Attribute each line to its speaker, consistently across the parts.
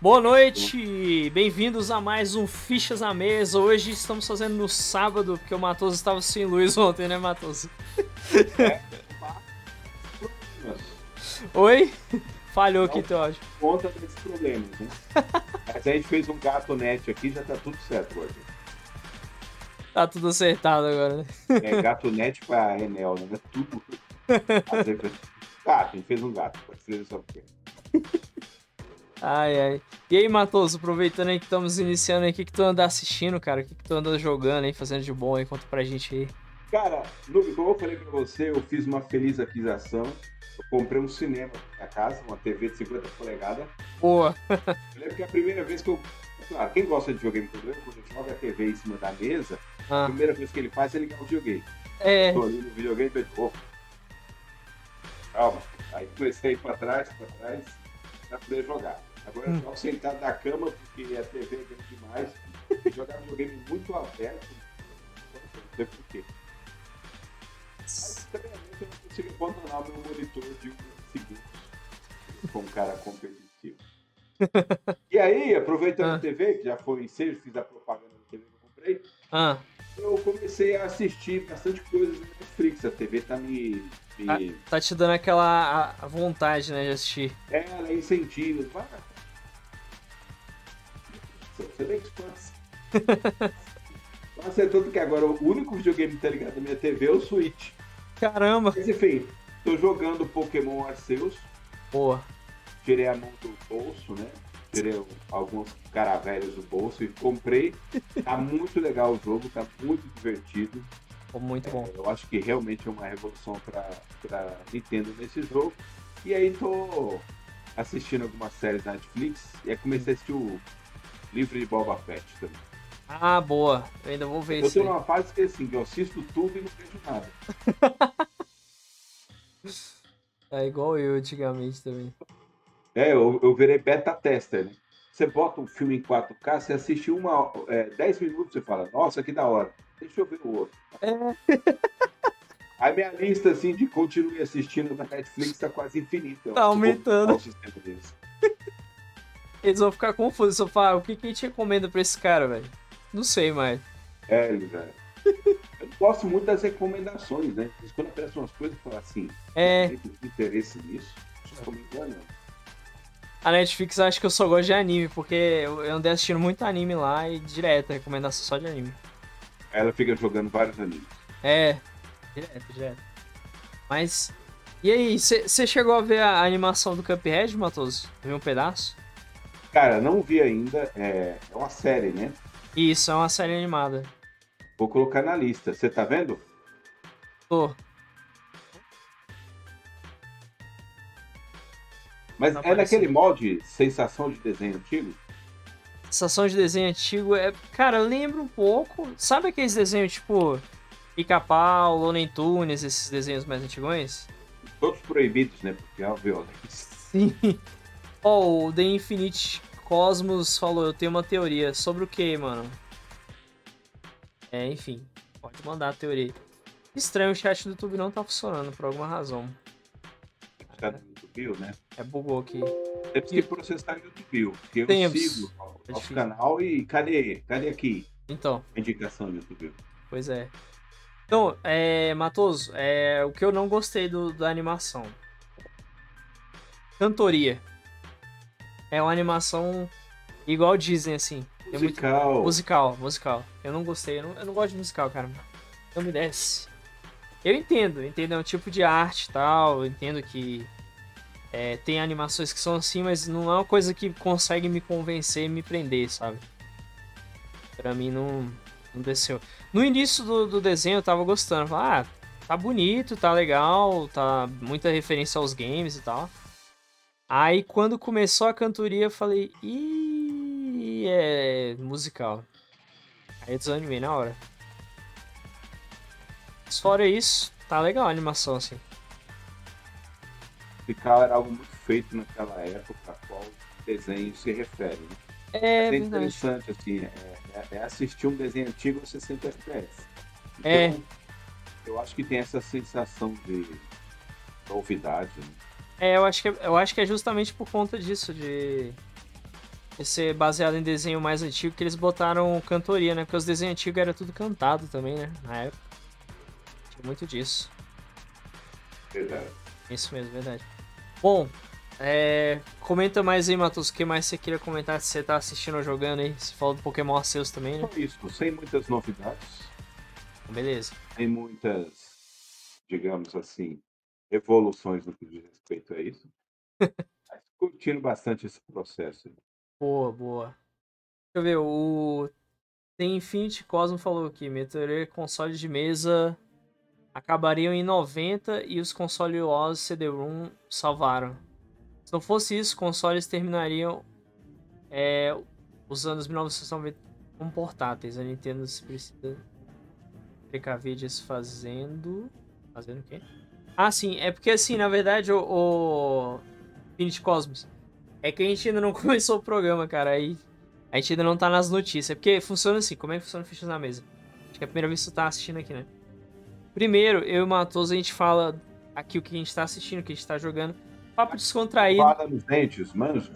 Speaker 1: Boa noite, bem-vindos a mais um Fichas na Mesa. Hoje estamos fazendo no sábado, porque o Matoso estava sem luz ontem, né, Matoso? Oi? Falhou aqui teu áudio.
Speaker 2: Conta desses problemas, né? Mas a gente fez um gato net aqui, já tá tudo certo hoje.
Speaker 1: Tá tudo acertado agora, né?
Speaker 2: É gato net pra Enel, né? Tudo. As referências- Gato, a gente fez um gato, pode ser só porque.
Speaker 1: Ai, ai. E aí, Matoso, aproveitando aí que estamos iniciando aí, o que, que tu anda assistindo, cara? O que, que tu anda jogando aí, fazendo de bom aí? Conta pra gente aí.
Speaker 2: Cara, no, como eu falei pra você, eu fiz uma feliz aquisição. Eu comprei um cinema na minha casa, uma TV de 50 polegadas.
Speaker 1: Boa.
Speaker 2: Eu lembro que a primeira vez que eu. Claro, quem gosta de videogame problema, quando joga a TV em cima da mesa, a
Speaker 1: Ah,
Speaker 2: primeira coisa que ele faz é ligar o videogame.
Speaker 1: é,
Speaker 2: Tô ali no videogame, falei, pô. Calma. Aí comecei a ir pra trás, pra trás, pra poder jogar. Agora
Speaker 1: Hum.
Speaker 2: eu jogo sentado na cama, porque a TV é grande demais. E jogar videogame muito aberto. Não sei por quê. Mas também às vezes eu não consigo abandonar o meu monitor de um segundos. Eu sou um cara competitivo. e aí, aproveitando
Speaker 1: Ah.
Speaker 2: a TV, que já foi em seis, fiz a propaganda da TV que eu comprei
Speaker 1: ah,
Speaker 2: eu comecei a assistir bastante coisas no Netflix. A TV tá me. me-
Speaker 1: tá te dando aquela a- a vontade, né, de assistir.
Speaker 2: Ela incentiva. Vai. Você nem que passa. Mas é tanto que agora o único videogame que tá ligado na minha TV é o Switch.
Speaker 1: Caramba.
Speaker 2: Mas enfim, tô jogando Pokémon Arceus.
Speaker 1: Boa.
Speaker 2: Tirei a mão do bolso, né? Tirei o- alguns caravelhos do bolso e comprei. Tá muito legal o jogo, tá muito divertido.
Speaker 1: Pô, Muito bom.
Speaker 2: Eu acho que realmente é uma revolução pra pra Nintendo nesse jogo. E aí tô assistindo algumas séries na Netflix e aí comecei a assistir o livro de Boba Fett também.
Speaker 1: Ah, boa. Eu ainda vou ver
Speaker 2: Eu
Speaker 1: isso
Speaker 2: tô
Speaker 1: aí.
Speaker 2: numa fase que assim, eu assisto tudo e não vejo nada.
Speaker 1: Tá igual eu antigamente também.
Speaker 2: É, eu, eu virei beta tester, né? Você bota um filme em 4K, você assiste uma, é, 10 minutos, você fala, nossa, que da hora. Deixa eu ver o outro.
Speaker 1: É.
Speaker 2: A minha lista, assim, de continue assistindo na Netflix tá quase infinita. Eu
Speaker 1: Tá aumentando.
Speaker 2: vou mudar o sistema deles.
Speaker 1: Eles vão ficar confusos. Eu falo, o que, que a gente recomenda pra esse cara, velho? Não sei mais.
Speaker 2: É, eles, é. Eu gosto muito das recomendações, né? Mas quando aparecem umas coisas, fala assim,
Speaker 1: É,
Speaker 2: "Tem interesse nisso, isso não me engana.
Speaker 1: a Netflix acha que eu só gosto de anime, porque eu eu andei assistindo muito anime lá e direto, recomendação só de anime.
Speaker 2: Aí Ela fica jogando vários animes.
Speaker 1: É, direto, direto. Mas, e aí, você chegou a ver a animação do Cuphead, Matoso? Viu um pedaço?
Speaker 2: Cara, não vi ainda, é, é uma série, né?
Speaker 1: Isso, é uma série animada.
Speaker 2: Vou colocar na lista. Você tá vendo?
Speaker 1: Tô.
Speaker 2: Mas
Speaker 1: Tá
Speaker 2: é daquele
Speaker 1: aparecendo.
Speaker 2: molde sensação de desenho antigo?
Speaker 1: sensação de desenho antigo é. Cara, lembra um pouco. Sabe aqueles desenhos tipo Pica-Pau, Looney Tunes, esses desenhos mais antigões?
Speaker 2: Todos proibidos, né? Porque é uma violência.
Speaker 1: Sim. Ó, o The Infinite Cosmos falou: Eu tenho uma teoria. Sobre o que, mano? É, enfim. Pode mandar a teoria. aí. Estranho, o chat do YouTube não tá funcionando por alguma razão.
Speaker 2: Está no YouTube, né?
Speaker 1: É, bugou aqui.
Speaker 2: Temos que processar o YouTube, porque eu
Speaker 1: Temos.
Speaker 2: sigo o
Speaker 1: É
Speaker 2: nosso
Speaker 1: difícil.
Speaker 2: canal e cadê? Cadê aqui
Speaker 1: Então.
Speaker 2: a indicação do YouTube?
Speaker 1: Pois é. Então, é, Matoso, é, o que eu não gostei do, da animação. Cantoria. É uma animação igual dizem, assim. É muito-
Speaker 2: Musical.
Speaker 1: musical, musical. Eu não gostei, eu não, eu não gosto de musical, cara. Não me desce. Eu entendo, eu entendo, é um tipo de arte e tal, eu entendo que é, tem animações que são assim, mas não é uma coisa que consegue me convencer, me prender, sabe? Pra mim não, não desceu. No início do, do desenho eu tava gostando, eu falava, ah, tá bonito, tá legal, tá muita referência aos games e tal. Aí quando começou a cantoria eu falei, ih, é musical. Aí eu desanimei na hora. Mas fora isso, tá legal a animação assim.
Speaker 2: musical era algo muito feito naquela época a qual o desenho se refere. Né?
Speaker 1: É,
Speaker 2: Mas
Speaker 1: verdade.
Speaker 2: interessante, assim, é, é- é assistir um desenho antigo a 60 FPS.
Speaker 1: É.
Speaker 2: Então, Eu acho que tem essa sensação de novidade. Né?
Speaker 1: É, eu acho que é, eu acho que é justamente por conta disso de, de ser baseado em desenho mais antigo, que eles botaram cantoria, né? Porque os desenhos antigos era tudo cantado também, né? Na época. Tinha muito disso.
Speaker 2: Verdade.
Speaker 1: Isso mesmo, verdade. Bom, é, comenta mais aí, Matos, o que mais você queria comentar se você tá assistindo ou jogando aí. Você falou do Pokémon Arceus também, né?
Speaker 2: É Só isso, sem muitas novidades,
Speaker 1: Beleza.
Speaker 2: sem muitas, digamos assim, evoluções no que diz respeito a isso. Mas curtindo bastante esse processo. aí.
Speaker 1: Boa, boa. Deixa eu ver, o. Tem Infinity Cosmo falou aqui, Meteor consoles de mesa acabariam em 90 e os consoles OS CD-ROM salvaram. Se não fosse isso, consoles terminariam é, os anos 1990 como um portáteis. A Nintendo se precisa precaver disso fazendo. Fazendo o quê? Ah, sim, é porque assim, na verdade, o, o Infinity Cosmos. É que a gente ainda não começou o programa, cara. Aí a gente ainda não tá nas notícias. É Porque funciona assim. Como é que funciona o Fichas na Mesa? Acho que é a primeira vez que tu tá assistindo aqui, né? Primeiro, eu e o Matos, a gente fala aqui o que a gente tá assistindo, o que a gente tá jogando. Papo descontraído.
Speaker 2: Fala nos dentes, manja.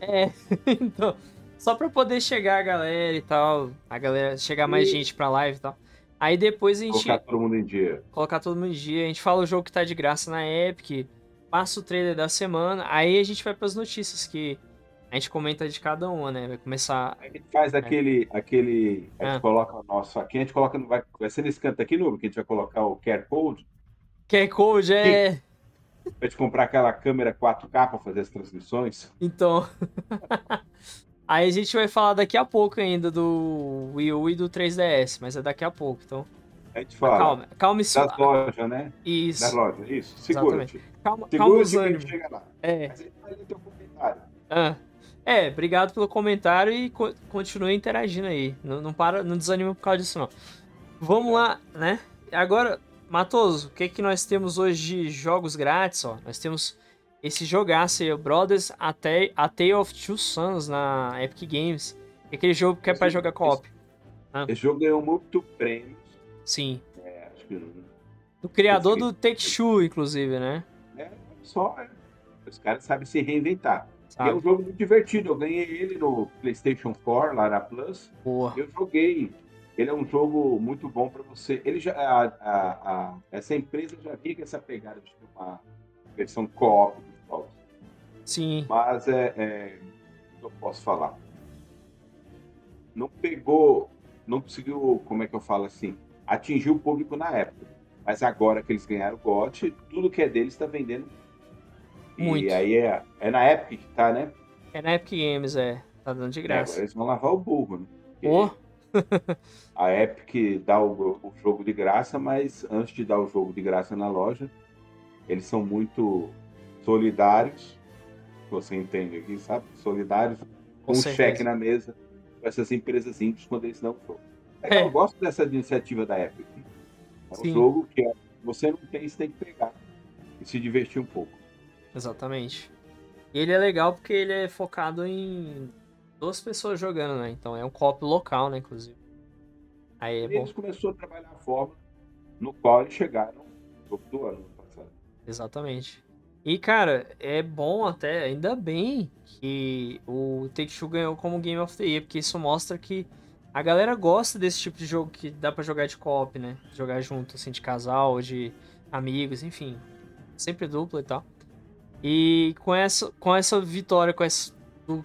Speaker 1: É, então, só pra poder chegar a galera e tal, a galera, chegar mais
Speaker 2: E-
Speaker 1: gente pra live e tal. Aí depois a gente
Speaker 2: Colocar todo mundo em dia.
Speaker 1: colocar todo mundo em dia, a gente fala o jogo que tá de graça na Epic, passa o trailer da semana, aí a gente vai pras notícias que a gente comenta de cada uma, né? Vai começar.
Speaker 2: A gente faz aquele. aquele a gente
Speaker 1: É.
Speaker 2: coloca o nosso aqui, a gente coloca. no- Vai, vai ser nesse canto aqui, Nuno, que a gente vai colocar o QR Code,
Speaker 1: QR Code é.
Speaker 2: pra gente comprar aquela câmera 4K pra fazer as transmissões.
Speaker 1: Então. Aí a gente vai falar daqui a pouco ainda do Wii U e do 3DS, mas é daqui a pouco, então.
Speaker 2: A gente fala.
Speaker 1: Calma, calma isso.
Speaker 2: Das lojas, né? Das
Speaker 1: Isso.
Speaker 2: lojas, isso. Segura-te.
Speaker 1: Calma, calma os
Speaker 2: Segura-te que a
Speaker 1: ânimos.
Speaker 2: gente chega lá.
Speaker 1: É.
Speaker 2: Mas a gente vai ler teu comentário.
Speaker 1: ah. É, obrigado pelo comentário e co continue interagindo aí. Não, não para, não desanima por causa disso, não. Vamos lá, né? Agora, Matoso, o que é que nós temos hoje de jogos grátis, ó? Nós temos esse jogaço aí, o Brothers A Ta- A Tale of Two Sons na Epic Games. É Aquele jogo que é pra
Speaker 2: Esse-
Speaker 1: jogar co-op.
Speaker 2: Esse jogo ganhou muito prêmios.
Speaker 1: Sim.
Speaker 2: É, acho que não.
Speaker 1: Do criador
Speaker 2: Esse-
Speaker 1: do Take-Two, inclusive, né?
Speaker 2: É só. é. Os caras sabem se reinventar. E é um
Speaker 1: Sabe?
Speaker 2: jogo muito divertido. Eu ganhei ele no PlayStation 4, lá na Plus.
Speaker 1: Boa.
Speaker 2: Eu joguei. Ele é um jogo muito bom para você. Ele já, a- a- a- essa empresa já vinha com essa pegada de ter uma versão co-op do jogo.
Speaker 1: Sim.
Speaker 2: Mas é, é, o que eu posso falar. Não pegou, não conseguiu, como é que eu falo assim, atingir o público na época. Mas agora que eles ganharam o GOT, tudo que é deles está vendendo.
Speaker 1: Muito.
Speaker 2: E aí é, é na época que tá, né?
Speaker 1: É na Epic Games, é. Tá dando de
Speaker 2: É, agora
Speaker 1: graça.
Speaker 2: eles vão lavar o burro, né? Porque
Speaker 1: Ô,
Speaker 2: A Epic dá o, o jogo de graça, mas antes de dar o jogo de graça na loja, eles são muito solidários. Você entende aqui, sabe? Solidários
Speaker 1: com
Speaker 2: um
Speaker 1: certeza.
Speaker 2: cheque na mesa com essas empresas índios quando eles não jogam. É que
Speaker 1: É.
Speaker 2: Eu gosto dessa iniciativa da Epic. É um
Speaker 1: Sim.
Speaker 2: jogo que é, você não tem, você tem que pegar e se divertir um pouco.
Speaker 1: Exatamente. E ele é legal porque ele é focado em duas pessoas jogando, né? Então é um copo local, né, inclusive. Aí é
Speaker 2: E
Speaker 1: bom,
Speaker 2: eles começaram a trabalhar a forma no qual eles chegaram no jogo do ano passado.
Speaker 1: exatamente. E cara, é bom até, ainda bem que o Take-Two ganhou como Game of the Year, porque isso mostra que a galera gosta desse tipo de jogo que dá pra jogar de co-op, né? Jogar junto, assim, de casal, de amigos, enfim. Sempre dupla e tal. E com essa, com essa vitória, com essa do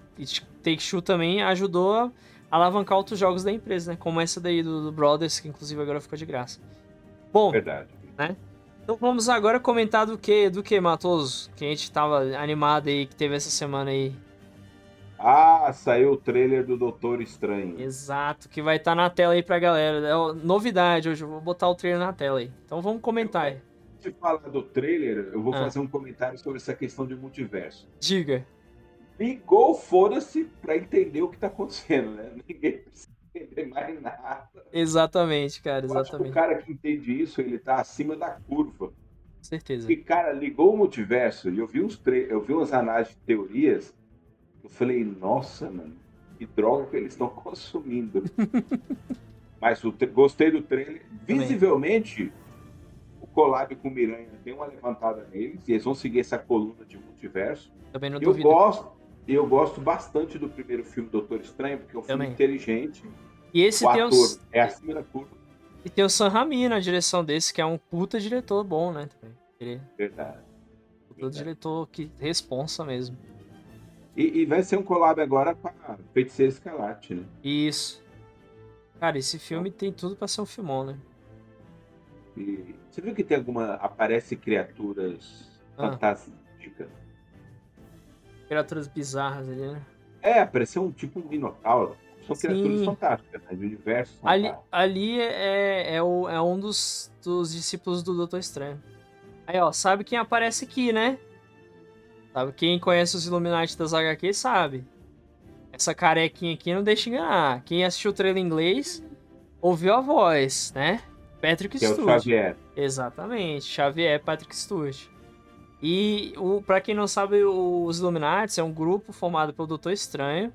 Speaker 1: Take-Two também, ajudou a alavancar outros jogos da empresa, né? Como essa daí do, do Brothers, que inclusive agora ficou de graça. Bom,
Speaker 2: Verdade.
Speaker 1: então vamos agora comentar do que, do que, Matoso? Que a gente tava animado aí, que teve essa semana aí.
Speaker 2: Ah, saiu o trailer do Doutor Estranho.
Speaker 1: Exato, que vai estar na tela aí pra galera. É ó, novidade hoje, eu vou botar o trailer na tela aí. Então vamos comentar aí.
Speaker 2: Se falar do trailer, eu vou
Speaker 1: Ah.
Speaker 2: fazer um comentário sobre essa questão de multiverso.
Speaker 1: Diga.
Speaker 2: Ligou, foda-se, pra entender o que tá acontecendo, né? Ninguém precisa entender mais nada.
Speaker 1: Exatamente, cara,
Speaker 2: Eu acho que o
Speaker 1: exatamente.
Speaker 2: cara que entende isso, ele tá acima da curva.
Speaker 1: Com certeza.
Speaker 2: E, cara, ligou o multiverso e eu vi uns tre... eu vi umas análises de teorias. Eu falei, nossa, mano, que droga que eles estão consumindo. Mas o tra- gostei do trailer. Visivelmente, o collab com o Miranha deu uma levantada neles e eles vão seguir essa coluna de multiverso.
Speaker 1: Também não
Speaker 2: Eu
Speaker 1: duvido.
Speaker 2: gosto, Eu gosto bastante do primeiro filme Doutor Estranho, porque é um
Speaker 1: Também.
Speaker 2: filme inteligente.
Speaker 1: E esse
Speaker 2: o
Speaker 1: tem
Speaker 2: ator
Speaker 1: os,
Speaker 2: é acima da curva,
Speaker 1: e tem o Sam Raimi na direção desse, que é um puta diretor bom, né? também. Ele é
Speaker 2: verdade. É.
Speaker 1: um puta diretor que responsa mesmo.
Speaker 2: E, e vai ser um collab agora com a Feiticeira Escarlate, né?
Speaker 1: Isso. Cara, esse filme tem tudo pra ser um filmão, né?
Speaker 2: E você viu que tem alguma. Aparece criaturas
Speaker 1: Ah.
Speaker 2: fantásticas.
Speaker 1: Criaturas bizarras ali, né?
Speaker 2: É, apareceu um tipo um minotauro. São
Speaker 1: Sim.
Speaker 2: criaturas fantásticas, né? Do universo.
Speaker 1: Ali,
Speaker 2: fantástico.
Speaker 1: ali é, é, o- é um dos, dos discípulos do Doutor Estranho. Aí, ó, sabe quem aparece aqui, né? Sabe quem conhece os Illuminati das HQ sabe. Essa carequinha aqui não deixa enganar. Quem assistiu o trailer em inglês ouviu a voz, né? Patrick
Speaker 2: Que é o
Speaker 1: Stewart.
Speaker 2: Xavier.
Speaker 1: Exatamente, Xavier Patrick Stewart. E o, pra quem não sabe, o- os Illuminati é um grupo formado pelo Doutor Estranho,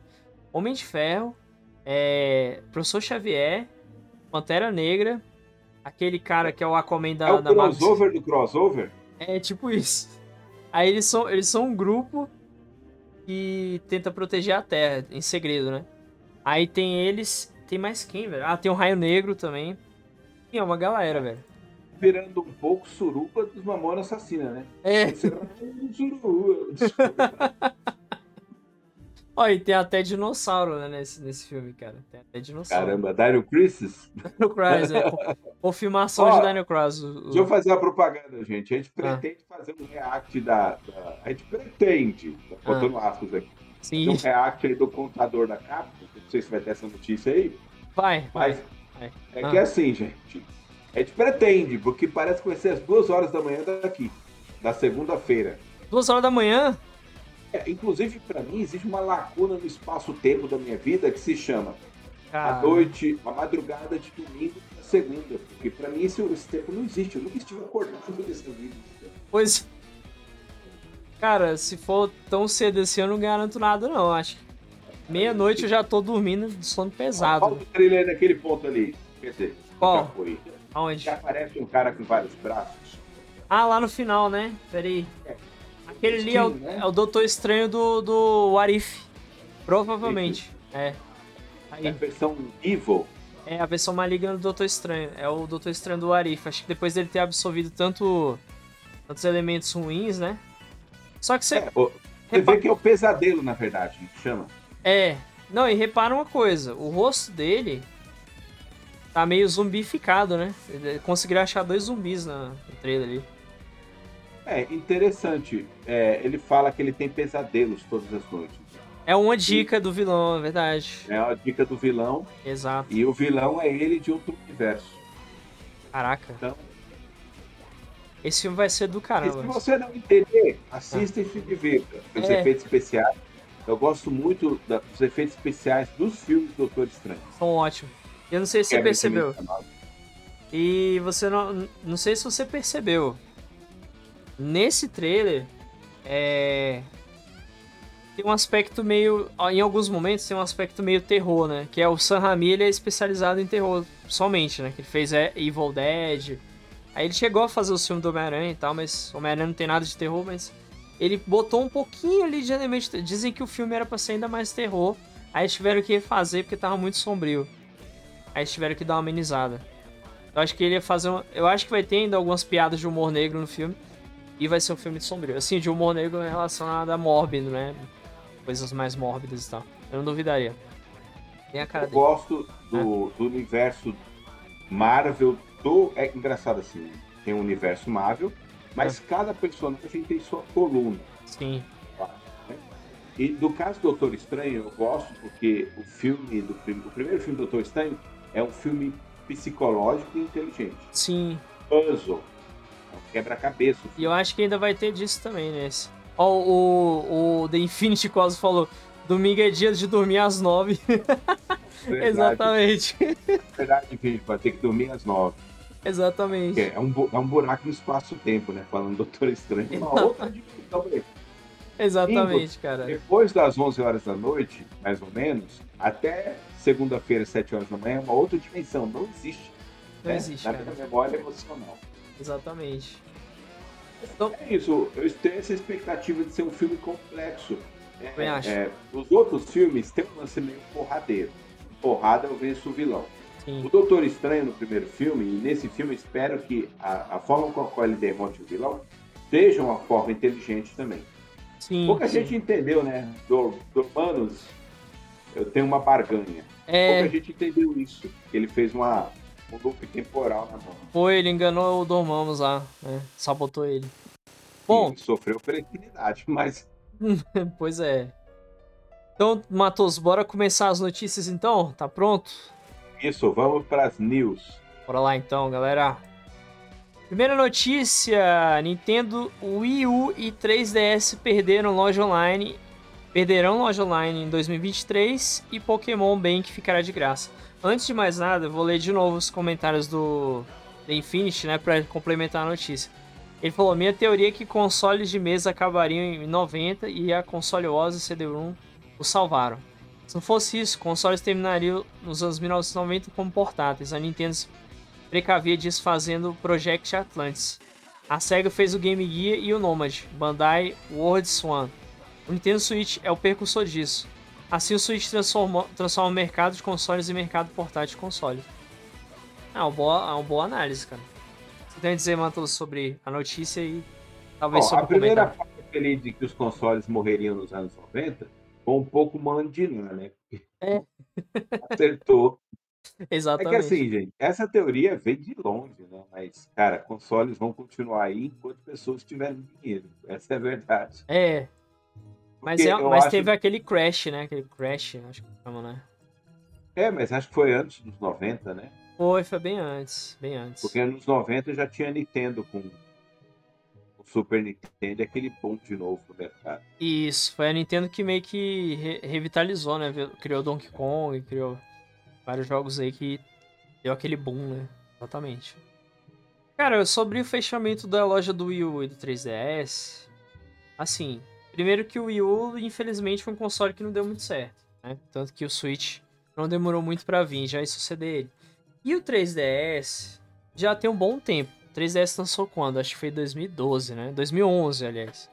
Speaker 1: Homem de Ferro, é, Professor Xavier, Pantera Negra, aquele cara que é o Aquaman da,
Speaker 2: é o
Speaker 1: da Marvel.
Speaker 2: crossover do crossover?
Speaker 1: É tipo isso. Aí eles são, eles são um grupo que tenta proteger a Terra, em segredo, né? Aí tem eles. Tem mais quem, velho? Ah, tem o Raio Negro também. E é uma galera, velho.
Speaker 2: Virando um pouco suruba dos Mamona Assassina, né?
Speaker 1: É.
Speaker 2: Será que é um suruba? Desculpa.
Speaker 1: Ó, e tem até dinossauro, né, nesse, nesse filme, cara. Tem até dinossauro.
Speaker 2: Caramba, Dario Crisis?
Speaker 1: Dino Crisis, é. co- Confirmação
Speaker 2: Ó,
Speaker 1: de Dino Crisis. o- o-
Speaker 2: Deixa eu fazer a propaganda, gente. A
Speaker 1: Ah.
Speaker 2: gente pretende fazer um react da, da- A gente pretende, tá
Speaker 1: Ah.
Speaker 2: botando aspas aqui,
Speaker 1: Sim,
Speaker 2: fazer um react aí do contador da Capcom. que eu Não sei se vai ter essa notícia aí,
Speaker 1: vai, vai.
Speaker 2: mas.
Speaker 1: vai.
Speaker 2: É
Speaker 1: Ah.
Speaker 2: que é assim, gente. A gente pretende, porque parece que vai ser às duas horas da manhã daqui, da segunda-feira.
Speaker 1: Duas horas da manhã?
Speaker 2: É, inclusive, para mim, existe uma lacuna no espaço-tempo da minha vida que se chama
Speaker 1: Cara,
Speaker 2: a noite, a madrugada de domingo pra segunda. Porque para mim esse, esse tempo não existe. Eu nunca estive acordado nessa vida.
Speaker 1: Pois... Cara, se for tão cedo assim, eu não garanto nada, não. Acho que meia-noite eu já tô dormindo de sono
Speaker 2: Olha
Speaker 1: pesado.
Speaker 2: o trailer naquele ponto ali. Quer dizer,
Speaker 1: Qual?
Speaker 2: já foi.
Speaker 1: Aonde?
Speaker 2: Já aparece um cara com vários braços.
Speaker 1: Ah, lá no final, né? Peraí.
Speaker 2: É.
Speaker 1: Aquele ali é
Speaker 2: Sim,
Speaker 1: o,
Speaker 2: né?
Speaker 1: é o Doutor Estranho do, do Warif. Provavelmente. É.
Speaker 2: É a
Speaker 1: Aí.
Speaker 2: versão evil.
Speaker 1: É a versão maligna do Doutor Estranho. É o Doutor Estranho do Arif. Acho que depois dele ter absorvido tanto, tantos elementos ruins, né? Só que você.
Speaker 2: É, o- você
Speaker 1: repa-
Speaker 2: vê que é o pesadelo, na verdade, que chama.
Speaker 1: É. Não, e repara uma coisa: o rosto dele tá meio zumbificado, né? Ele- Conseguiram achar dois zumbis na, no trailer ali.
Speaker 2: É interessante. É, ele fala que ele tem pesadelos todas as noites.
Speaker 1: É uma dica do vilão, é verdade.
Speaker 2: É uma dica do vilão.
Speaker 1: Exato.
Speaker 2: E o vilão é ele de outro universo.
Speaker 1: Caraca.
Speaker 2: Então,
Speaker 1: Esse filme vai ser do
Speaker 2: e se
Speaker 1: caramba.
Speaker 2: você não entender, assista e se divirta. Os
Speaker 1: É.
Speaker 2: efeitos especiais. Eu gosto muito da- dos efeitos especiais dos filmes do Doutor Estranho.
Speaker 1: São ótimos. Eu não sei se você
Speaker 2: Kevin
Speaker 1: percebeu.
Speaker 2: Smith,
Speaker 1: E você não. Não sei se você percebeu. Nesse trailer. É. Tem um aspecto meio. ó, Em alguns momentos tem um aspecto meio terror, né? Que é o San Rami, ele é especializado em terror somente, né? Que ele fez é, Evil Dead. Aí ele chegou a fazer o filme do Homem-Aranha e tal, mas Homem-Aranha não tem nada de terror, mas. Ele botou um pouquinho ali de elemento. Dizem que o filme era pra ser ainda mais terror. Aí eles tiveram que refazer porque tava muito sombrio. Aí eles tiveram que dar uma amenizada. Eu acho que ele ia fazer um. Eu acho que vai ter ainda algumas piadas de humor negro no filme. E vai ser um filme de sombrio. Assim, de humor negro relacionado a mórbido, né? Coisas mais mórbidas e tal. Eu não duvidaria. Tem a cara
Speaker 2: Eu
Speaker 1: dele.
Speaker 2: gosto
Speaker 1: Ah.
Speaker 2: do, do universo Marvel do. É engraçado assim, né? Tem o universo Marvel, mas
Speaker 1: Ah.
Speaker 2: cada personagem tem sua coluna.
Speaker 1: Sim.
Speaker 2: E do caso do Doutor Estranho, eu gosto porque o filme do prim- o primeiro filme do Doutor Estranho é um filme psicológico e inteligente.
Speaker 1: Sim.
Speaker 2: Puzzle. É um Quebra-cabeça.
Speaker 1: E eu acho que ainda vai ter disso também nesse. Ó, o, o The Infinity Cosmo falou: domingo é dia de dormir às nove.
Speaker 2: Verdade,
Speaker 1: Exatamente.
Speaker 2: Verdade, gente, vai ter que dormir às nove. Porque
Speaker 1: Exatamente.
Speaker 2: É um, bu- é um buraco no espaço-tempo, né? Falando do Doutor Estranho.
Speaker 1: Então.
Speaker 2: Uma outra dimensão pra ele.
Speaker 1: Exatamente, cara.
Speaker 2: Depois das 11 horas da noite, mais ou menos, até segunda-feira, 7 horas da manhã, é uma outra dimensão. Não existe.
Speaker 1: Não
Speaker 2: né?
Speaker 1: existe,
Speaker 2: Na
Speaker 1: cara.
Speaker 2: minha memória é emocional.
Speaker 1: Exatamente. Então,
Speaker 2: É isso, eu tenho essa expectativa de ser um filme complexo,
Speaker 1: Também acho.
Speaker 2: É, nos outros filmes tem um lance meio porradeiro. Porrada eu venço o vilão.
Speaker 1: Sim.
Speaker 2: O Doutor Estranho no primeiro filme, e nesse filme espero que a, a forma com a qual ele derrote o vilão seja uma forma inteligente também.
Speaker 1: Sim.
Speaker 2: Pouca
Speaker 1: sim.
Speaker 2: gente entendeu, né? Do, do Manos, eu tenho uma barganha.
Speaker 1: É,
Speaker 2: Pouca gente entendeu isso. que Ele fez uma, um loop temporal na mão.
Speaker 1: foi, ele enganou o Dormamos lá, né? Sabotou ele. Bom,
Speaker 2: E sofreu peregrinidade, mas
Speaker 1: pois é. Então, Matos, bora começar as notícias então? Tá pronto?
Speaker 2: isso, vamos para as news.
Speaker 1: Bora lá então, galera. Primeira notícia: Nintendo Wii U e 3DS perderam loja online. Perderão loja online em 2023 e Pokémon Bank ficará de graça. Antes de mais nada, eu vou ler de novo os comentários do The Infinity, né, para complementar a notícia. Ele falou: "Minha teoria é que consoles de mesa acabariam em 90 e a console OS e CD-ROM o salvaram. Se não fosse isso, consoles terminariam nos anos 1990 como portáteis. A Nintendo se precavia disso fazendo o Project Atlantis. A SEGA fez o Game Gear e o Nomad, Bandai World Swan. O Nintendo Switch é o percursor disso. Assim, o Switch transformou- transforma o mercado de consoles em mercado portátil de consoles. É uma boa, é uma boa análise, cara. Você tem a dizer, Matheus, sobre a notícia e talvez
Speaker 2: Bom,
Speaker 1: sobre
Speaker 2: a
Speaker 1: o
Speaker 2: primeira
Speaker 1: comentário.
Speaker 2: parte que ele de que os consoles morreriam nos anos 90 foi um pouco mandina, né?
Speaker 1: É.
Speaker 2: Acertou. É que
Speaker 1: Exatamente.
Speaker 2: assim, gente, essa teoria vem de longe, né? Mas, cara, consoles vão continuar aí enquanto pessoas tiverem dinheiro. Essa é a verdade.
Speaker 1: É, Mas,
Speaker 2: Porque
Speaker 1: é-
Speaker 2: eu
Speaker 1: mas
Speaker 2: acho-
Speaker 1: teve aquele crash, né? Aquele crash, acho que chama, né?
Speaker 2: É, mas acho que foi antes dos 90, né?
Speaker 1: Foi, foi bem antes, bem antes.
Speaker 2: Porque nos 90 já tinha Nintendo com o Super Nintendo, aquele bom de novo no mercado.
Speaker 1: Isso, foi a Nintendo que meio que re- revitalizou, né? viu? Criou Donkey Kong, criou vários jogos aí que deu aquele boom, né? Exatamente. Cara, sobre o fechamento da loja do Wii U e do 3DS, assim, primeiro que o Wii U, infelizmente, foi um console que não deu muito certo, né? Tanto que o Switch não demorou muito pra vir, já ia suceder ele. E o 3DS já tem um bom tempo. O 3DS lançou quando? Acho que foi em 2012, né? 2011, aliás.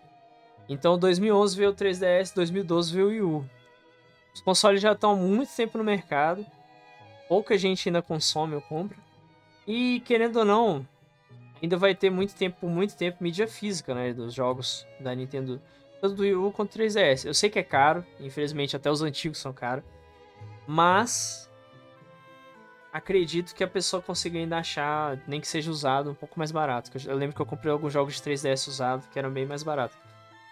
Speaker 1: Então 2011 veio o 3DS, 2012 veio o Wii U. Os consoles já estão há muito tempo no mercado. Pouca gente ainda consome ou compra. E querendo ou não, ainda vai ter muito tempo, por muito tempo, mídia física, né, dos jogos da Nintendo, tanto do Wii U quanto do 3DS. Eu sei que é caro, infelizmente até os antigos são caros, mas acredito que a pessoa consiga ainda achar, nem que seja usado, um pouco mais barato. Eu lembro que eu comprei alguns jogos de 3DS usado que eram bem mais baratos.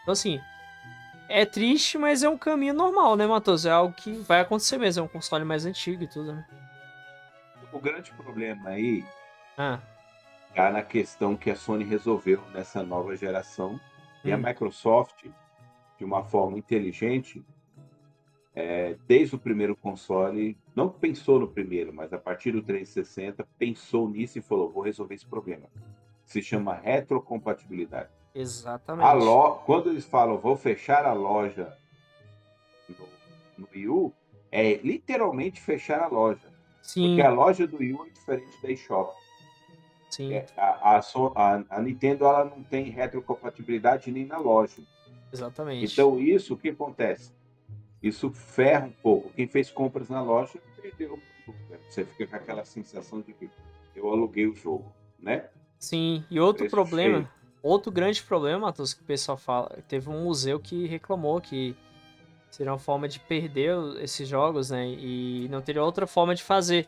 Speaker 1: Então, assim, é triste, mas é um caminho normal, né, Matheus? É algo que vai acontecer mesmo. É um console mais antigo e tudo, né?
Speaker 2: O grande problema aí
Speaker 1: Ah,
Speaker 2: está tá na questão que a Sony resolveu nessa nova geração. E a
Speaker 1: Hum.
Speaker 2: Microsoft, de uma forma inteligente, é, desde o primeiro console, não pensou no primeiro, mas a partir do 360, pensou nisso e falou: vou resolver esse problema. Se chama retrocompatibilidade.
Speaker 1: exatamente.
Speaker 2: A lo... Quando eles falam vou fechar a loja no, no Wii U, é literalmente fechar a loja.
Speaker 1: Sim,
Speaker 2: Porque a loja do Wii U é diferente da eShop.
Speaker 1: sim,
Speaker 2: É, a, a, Son- a- a Nintendo ela não tem retrocompatibilidade nem na loja.
Speaker 1: exatamente.
Speaker 2: Então isso o que acontece? Isso ferra um pouco. Quem fez compras na loja perdeu. Você fica com aquela sensação de que eu aluguei o jogo, né?
Speaker 1: Sim, e outro
Speaker 2: Preço
Speaker 1: problema,
Speaker 2: cheio.
Speaker 1: outro grande problema, Matheus, que o pessoal fala, teve um museu que reclamou que seria uma forma de perder o- esses jogos, né? E não teria outra forma de fazer.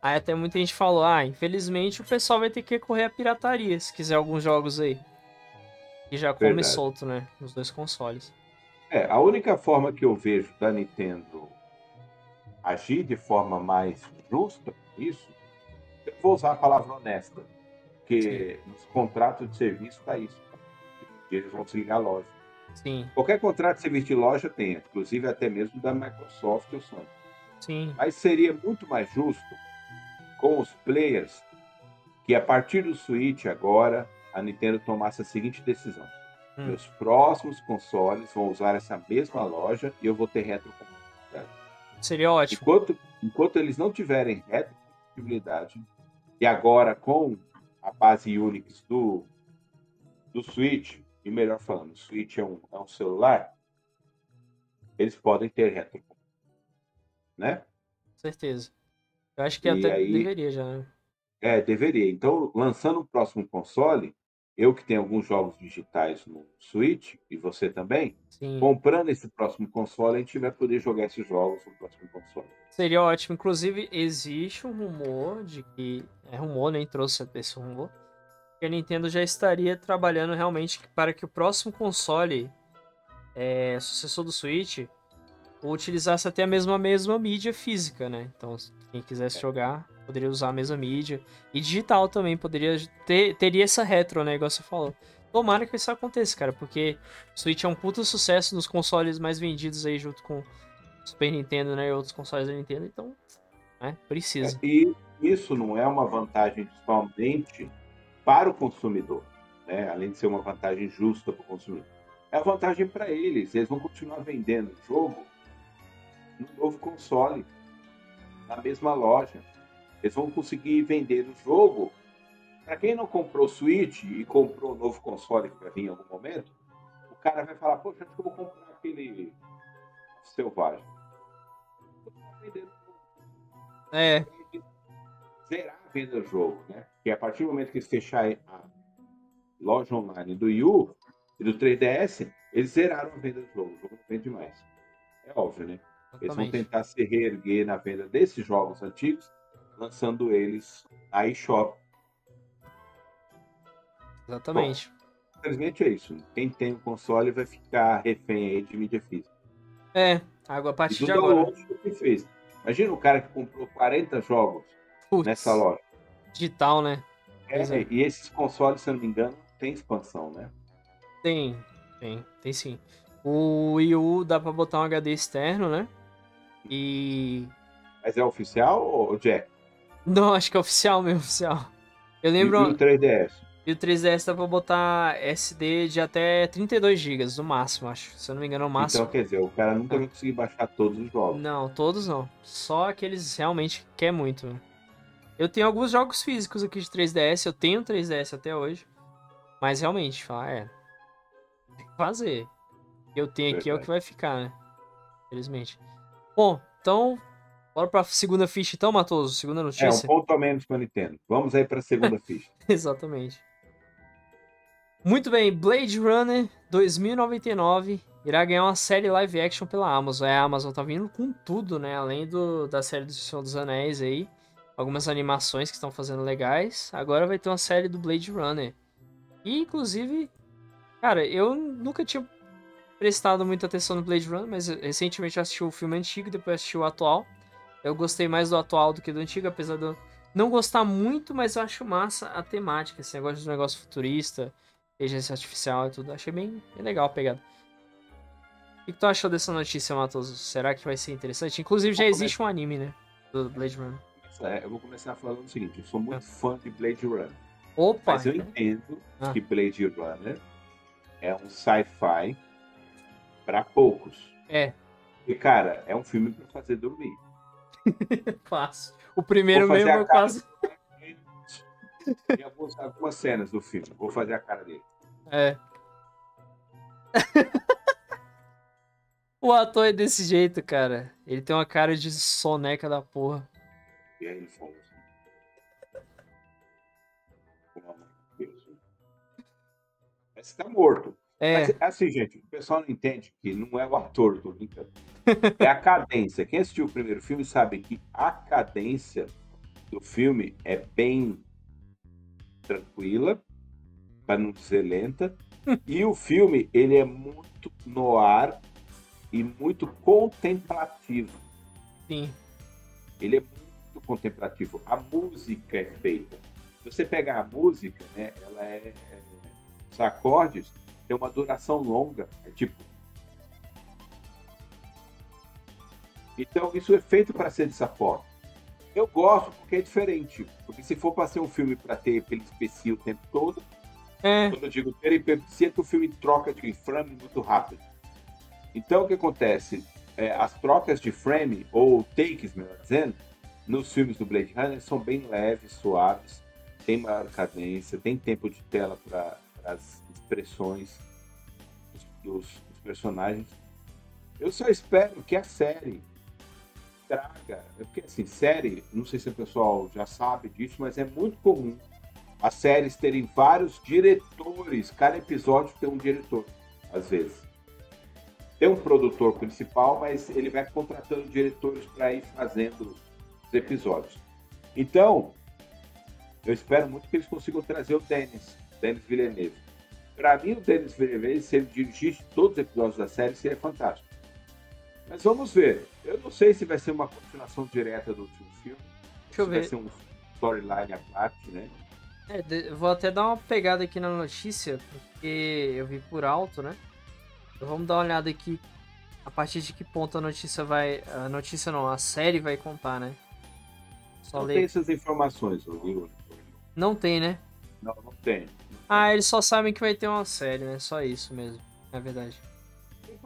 Speaker 1: Aí até muita gente falou, ah, infelizmente o pessoal vai ter que recorrer à pirataria, se quiser alguns jogos aí. E já come
Speaker 2: Verdade.
Speaker 1: solto, né? Nos dois consoles.
Speaker 2: É, a única forma que eu vejo da Nintendo agir de forma mais justa com isso, eu vou usar a palavra honesta, porque nos contratos de serviço está isso. Eles vão desligar a loja.
Speaker 1: Sim,
Speaker 2: Qualquer contrato de serviço de loja tem, inclusive até mesmo da Microsoft ou Sony.
Speaker 1: sim,
Speaker 2: Mas seria muito mais justo com os players que a partir do Switch agora a Nintendo tomasse a seguinte decisão.
Speaker 1: Hum.
Speaker 2: Meus próximos consoles vão usar essa mesma loja e eu vou ter retrocompatibilidade.
Speaker 1: seria ótimo.
Speaker 2: Enquanto, enquanto eles não tiverem retrocompatibilidade, e agora com a base Unix do, do Switch, e melhor falando, o Switch é um, é um celular, eles podem ter retro. Né?
Speaker 1: certeza. Eu acho que
Speaker 2: E
Speaker 1: até
Speaker 2: aí-
Speaker 1: deveria já, né?
Speaker 2: É, deveria. Então, lançando o próximo console, eu que tenho alguns jogos digitais no Switch, e você também,
Speaker 1: Sim.
Speaker 2: comprando esse próximo console, a gente vai poder jogar esses jogos no próximo console.
Speaker 1: Seria ótimo. Inclusive, existe um rumor de que. É rumor, nem trouxe esse rumor. Que a Nintendo já estaria trabalhando realmente para que o próximo console, é, sucessor do Switch, utilizasse até mesmo a mesma mídia física, né? Então, quem quisesse jogar poderia usar a mesma mídia. E digital também poderia ter teria essa retro, né? Igual você falou. Tomara que isso aconteça, cara, porque o Switch é um puta sucesso nos consoles mais vendidos aí junto com Super Nintendo, né? E outros consoles da Nintendo, então. Né, precisa.
Speaker 2: É, E isso não é uma vantagem somente para o consumidor, né? além de ser uma vantagem justa para o consumidor. É a vantagem para eles, eles vão continuar vendendo o jogo no novo console, na mesma loja. Eles vão conseguir vender o jogo para quem não comprou o Switch e comprou o novo console que vai vir em algum momento. O cara vai falar: Poxa, acho que eu vou comprar aquele selvagem. Vou vender o jogo
Speaker 1: É,
Speaker 2: zerar a venda do jogo, né? Que a partir do momento que eles fechar a loja online do Yu e do 3DS, eles zeraram a venda do jogo. O jogo não vende mais. É óbvio, né? Eles vão
Speaker 1: exatamente.
Speaker 2: tentar se reerguer na venda desses jogos antigos, lançando eles na eShop.
Speaker 1: Exatamente.
Speaker 2: Simplesmente é isso. Quem tem o console vai ficar refém aí de mídia física.
Speaker 1: É, água a partir
Speaker 2: E do
Speaker 1: de agora.
Speaker 2: download que fez. Imagina o cara que comprou 40 jogos
Speaker 1: Putz,
Speaker 2: nessa loja.
Speaker 1: digital, né?
Speaker 2: É,
Speaker 1: Pois é.
Speaker 2: E esses consoles, se eu não me engano, tem expansão, né?
Speaker 1: Tem, tem, tem sim. O Wii U dá pra botar um HD externo, né? E.
Speaker 2: Mas é oficial ou Jack?
Speaker 1: Não, acho que é oficial mesmo, oficial. Eu
Speaker 2: E o
Speaker 1: lembro.
Speaker 2: 3DS.
Speaker 1: E o 3DS dá pra botar SD de até 32 GB, no máximo, acho. Se eu não me engano, é o máximo.
Speaker 2: Então, quer dizer, o cara nunca vai conseguir baixar todos os jogos.
Speaker 1: É. Não, todos não. Só aqueles realmente que quer muito. né? Eu tenho alguns jogos físicos aqui de 3DS, eu tenho 3DS até hoje. Mas realmente, falar, é. Tem que fazer. O que eu tenho aqui é o
Speaker 2: Verdade.
Speaker 1: que vai ficar, né? Infelizmente. Bom, então. Bora pra segunda ficha então, Matoso. Segunda
Speaker 2: É, um
Speaker 1: notícia.
Speaker 2: ponto a menos para a Nintendo. Vamos aí para a segunda ficha.
Speaker 1: Exatamente. Muito bem, Blade Runner 2099 irá ganhar uma série live action pela Amazon. É, a Amazon tá vindo com tudo, né? Além do, da série do Senhor dos Anéis aí, algumas animações que estão fazendo legais. Agora vai ter uma série do Blade Runner. E, inclusive, cara, eu nunca tinha prestado muita atenção no Blade Runner, mas recentemente eu assisti o filme antigo e depois assisti o atual. Eu gostei mais do atual do que do antigo, apesar do, não gostar muito, mas eu acho massa a temática, esse negócio de negócio futurista, inteligência artificial e tudo. Achei bem, bem legal a pegada. O que que tu achou dessa notícia, Matoso? Será que vai ser interessante? Inclusive, já
Speaker 2: Vou
Speaker 1: existe um anime, né? Do Blade Runner.
Speaker 2: É, eu vou começar falando o seguinte: eu sou
Speaker 1: Ah.
Speaker 2: muito fã de Blade Runner.
Speaker 1: Opa!
Speaker 2: Mas eu entendo
Speaker 1: Ah.
Speaker 2: que Blade Runner é um sci-fi para poucos.
Speaker 1: É,
Speaker 2: E, cara, é um filme para fazer dormir.
Speaker 1: fácil. O primeiro
Speaker 2: Vou fazer
Speaker 1: mesmo
Speaker 2: a
Speaker 1: eu
Speaker 2: cara.
Speaker 1: quase.
Speaker 2: Tem algumas, algumas cenas do filme. Vou fazer a cara dele.
Speaker 1: É. o ator é desse jeito, cara. Ele tem uma cara de soneca da porra.
Speaker 2: E aí ele falou assim. Pelo amor de Deus. Mas tá morto.
Speaker 1: É,
Speaker 2: Mas, assim, gente, o pessoal não entende que não é o ator do Lincoln. É a cadência. Quem assistiu o primeiro filme sabe que a cadência do filme é bem tranquila, para não dizer lenta. E o filme, ele é muito no ar e muito contemplativo.
Speaker 1: sim.
Speaker 2: Ele é muito contemplativo. A música é feita. Se você pegar a música, né, ela é, é- os acordes tem uma duração longa, é tipo Então isso é feito para ser dessa forma. Eu gosto porque é diferente, porque se for para ser um filme para ter peripecia o tempo todo,
Speaker 1: É,
Speaker 2: quando eu digo peripecia, é que o filme troca de frame muito rápido. Então, o que acontece? É, as trocas de frame, ou takes, melhor dizendo, nos filmes do Blade Runner são bem leves, suaves, tem maior cadência, tem tempo de tela para as expressões dos, dos personagens. Eu só espero que a série traga. Porque, assim, série, não sei se o pessoal já sabe disso, mas é muito comum as séries terem vários diretores. Cada episódio tem um diretor, às vezes. Tem um produtor principal, mas ele vai contratando diretores para ir fazendo os episódios. Então, eu espero muito que eles consigam trazer o Denis, Denis Villeneuve. Para mim, o Denis Villeneuve, se ele dirigisse todos os episódios da série, seria fantástico. Mas vamos ver. Eu não sei se vai ser uma continuação direta do último filme.
Speaker 1: Deixa eu
Speaker 2: se
Speaker 1: ver.
Speaker 2: Vai ser um storyline à parte, né?
Speaker 1: É, de- vou até dar uma pegada aqui na notícia, porque eu vi por alto, né? Então vamos dar uma olhada aqui a partir de que ponto a notícia vai. A notícia não, a série vai contar, né? Só
Speaker 2: não
Speaker 1: ler.
Speaker 2: tem essas informações, ô, Will.
Speaker 1: Não tem, né?
Speaker 2: Não, não tem.
Speaker 1: Ah, eles só sabem que vai ter uma série, né? Só isso mesmo, na verdade.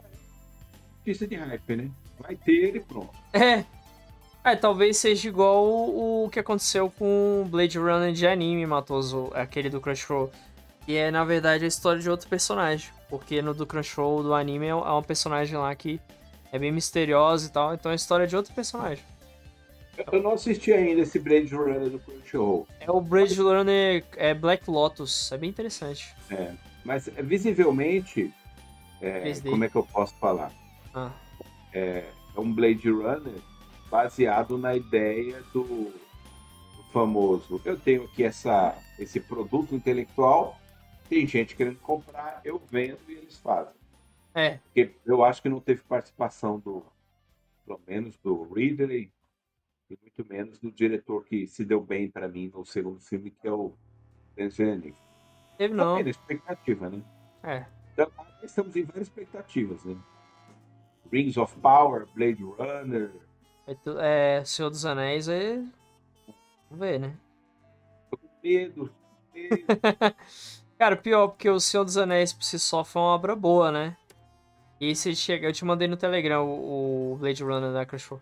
Speaker 2: Pista de hype, né? Vai ter ele pronto.
Speaker 1: É. É, talvez seja igual o, o que aconteceu com Blade Runner de anime, Matoso, aquele do Crunchyroll. E é, na verdade, a história de outro personagem. Porque no do Crunchyroll, do anime, é um- é uma personagem lá que é bem misteriosa e tal. Então é a história de outro personagem.
Speaker 2: Eu- Eu não assisti ainda esse Blade Runner do Crunchyroll.
Speaker 1: É o Blade Runner é Black Lotus. É bem interessante.
Speaker 2: Mas é, visivelmente, é,
Speaker 1: 3D.
Speaker 2: como é que eu posso falar?
Speaker 1: Ah,
Speaker 2: É um Blade Runner baseado na ideia do, do famoso. Eu tenho aqui essa, esse produto intelectual, tem gente querendo comprar, eu vendo e eles fazem.
Speaker 1: é.
Speaker 2: Porque eu acho que não teve participação do, pelo menos do Ridley, e muito menos do diretor que se deu bem para mim no segundo filme, que é o Denis Villeneuve.
Speaker 1: Teve
Speaker 2: Tá
Speaker 1: não.
Speaker 2: vendo a expectativa, né?
Speaker 1: É.
Speaker 2: Então, nós estamos em várias expectativas, né? Rings of Power, Blade Runner,
Speaker 1: É, tu- é Senhor dos Anéis é. Vamos ver, né?
Speaker 2: tô com medo, tô com medo.
Speaker 1: Cara, pior, porque o Senhor dos Anéis por si só foi uma obra boa, né? E se chega, eu te mandei no Telegram o, o Blade Runner da Crunchyroll.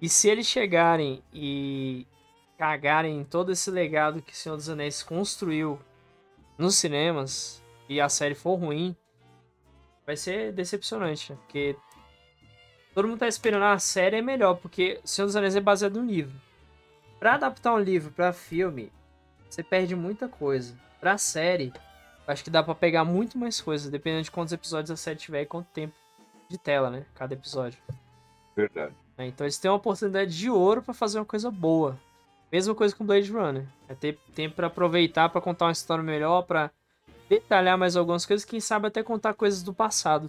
Speaker 1: E se eles chegarem e cagarem em todo esse legado que o Senhor dos Anéis construiu nos cinemas e a série for ruim, vai ser decepcionante, né? porque todo mundo tá esperando ah, a série é melhor, porque Senhor dos Anéis é baseado num livro. Pra adaptar um livro pra filme, você perde muita coisa. Pra série, eu acho que dá pra pegar muito mais coisa, dependendo de quantos episódios a série tiver e quanto tempo de tela, né? Cada episódio.
Speaker 2: Verdade.
Speaker 1: né? Então eles têm uma oportunidade de ouro pra fazer uma coisa boa. Mesma coisa com Blade Runner. É ter tempo pra aproveitar, pra contar uma história melhor, pra detalhar mais algumas coisas, quem sabe até contar coisas do passado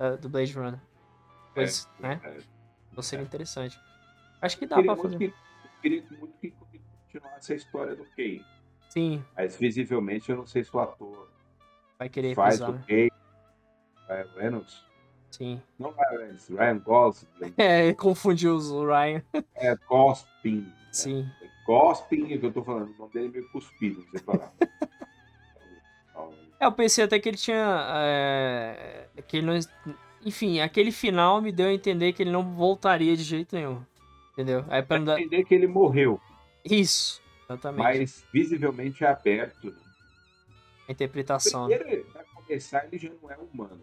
Speaker 1: eh, do Blade Runner.
Speaker 2: É.
Speaker 1: Coisas, né?
Speaker 2: verdade.
Speaker 1: Então seria interessante. Acho que
Speaker 2: Eu
Speaker 1: dá
Speaker 2: É. queria,
Speaker 1: pra
Speaker 2: muito
Speaker 1: fazer.
Speaker 2: que, eu queria muito que continuasse a história do Kane.
Speaker 1: Sim,
Speaker 2: Mas visivelmente eu não sei se o ator
Speaker 1: vai querer
Speaker 2: faz
Speaker 1: pisar, né?
Speaker 2: o Kane. Ryan Reynolds?
Speaker 1: Sim.
Speaker 2: Não Ryan Reynolds, Ryan Gosling.
Speaker 1: É, confundiu os- o Ryan.
Speaker 2: É Gospin.
Speaker 1: Sim.
Speaker 2: Gospin é o que eu tô falando. O nome dele é meio cuspido, não sei falar. Então,
Speaker 1: É, Eu pensei até que ele tinha. é, que ele não. Enfim, aquele final me deu a entender que ele não voltaria de jeito nenhum. Entendeu? Aí pra não dar.
Speaker 2: Entender que ele morreu.
Speaker 1: Isso! Exatamente.
Speaker 2: mas visivelmente é aberto. né?
Speaker 1: A interpretação. né?
Speaker 2: Primeiro, ele vai começar, ele já não é humano.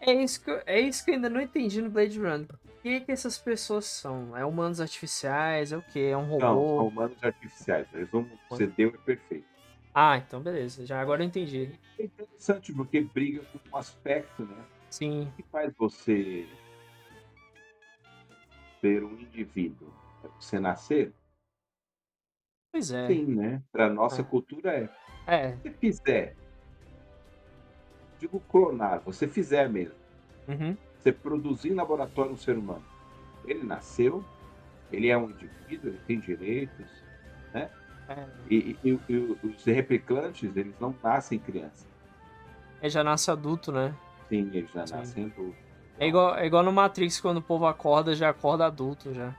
Speaker 1: É, isso que eu, é isso que eu ainda não entendi no Blade Runner. O que, que essas pessoas são? É humanos artificiais? É o quê? É um
Speaker 2: Não,
Speaker 1: robô?
Speaker 2: são humanos artificiais. Eles vão você deu é perfeito.
Speaker 1: Ah, então beleza. Já agora eu entendi.
Speaker 2: É interessante porque briga com um aspecto, né?
Speaker 1: Sim.
Speaker 2: O que faz você ser um indivíduo? É você nascer?
Speaker 1: Pois é.
Speaker 2: Sim, né? Para nossa
Speaker 1: É.
Speaker 2: cultura é. Se
Speaker 1: É.
Speaker 2: você fizer, digo clonar, você fizer mesmo.
Speaker 1: Uhum.
Speaker 2: você produzir em laboratório um ser humano. Ele nasceu, ele é um indivíduo, ele tem direitos, né?
Speaker 1: É.
Speaker 2: E, e- e- e os replicantes, eles não nascem criança.
Speaker 1: Ele já nasce adulto, né?
Speaker 2: Sim, eles já
Speaker 1: Sim.
Speaker 2: nascem adultos.
Speaker 1: É igual, é igual no Matrix, quando o povo acorda, já acorda adulto já.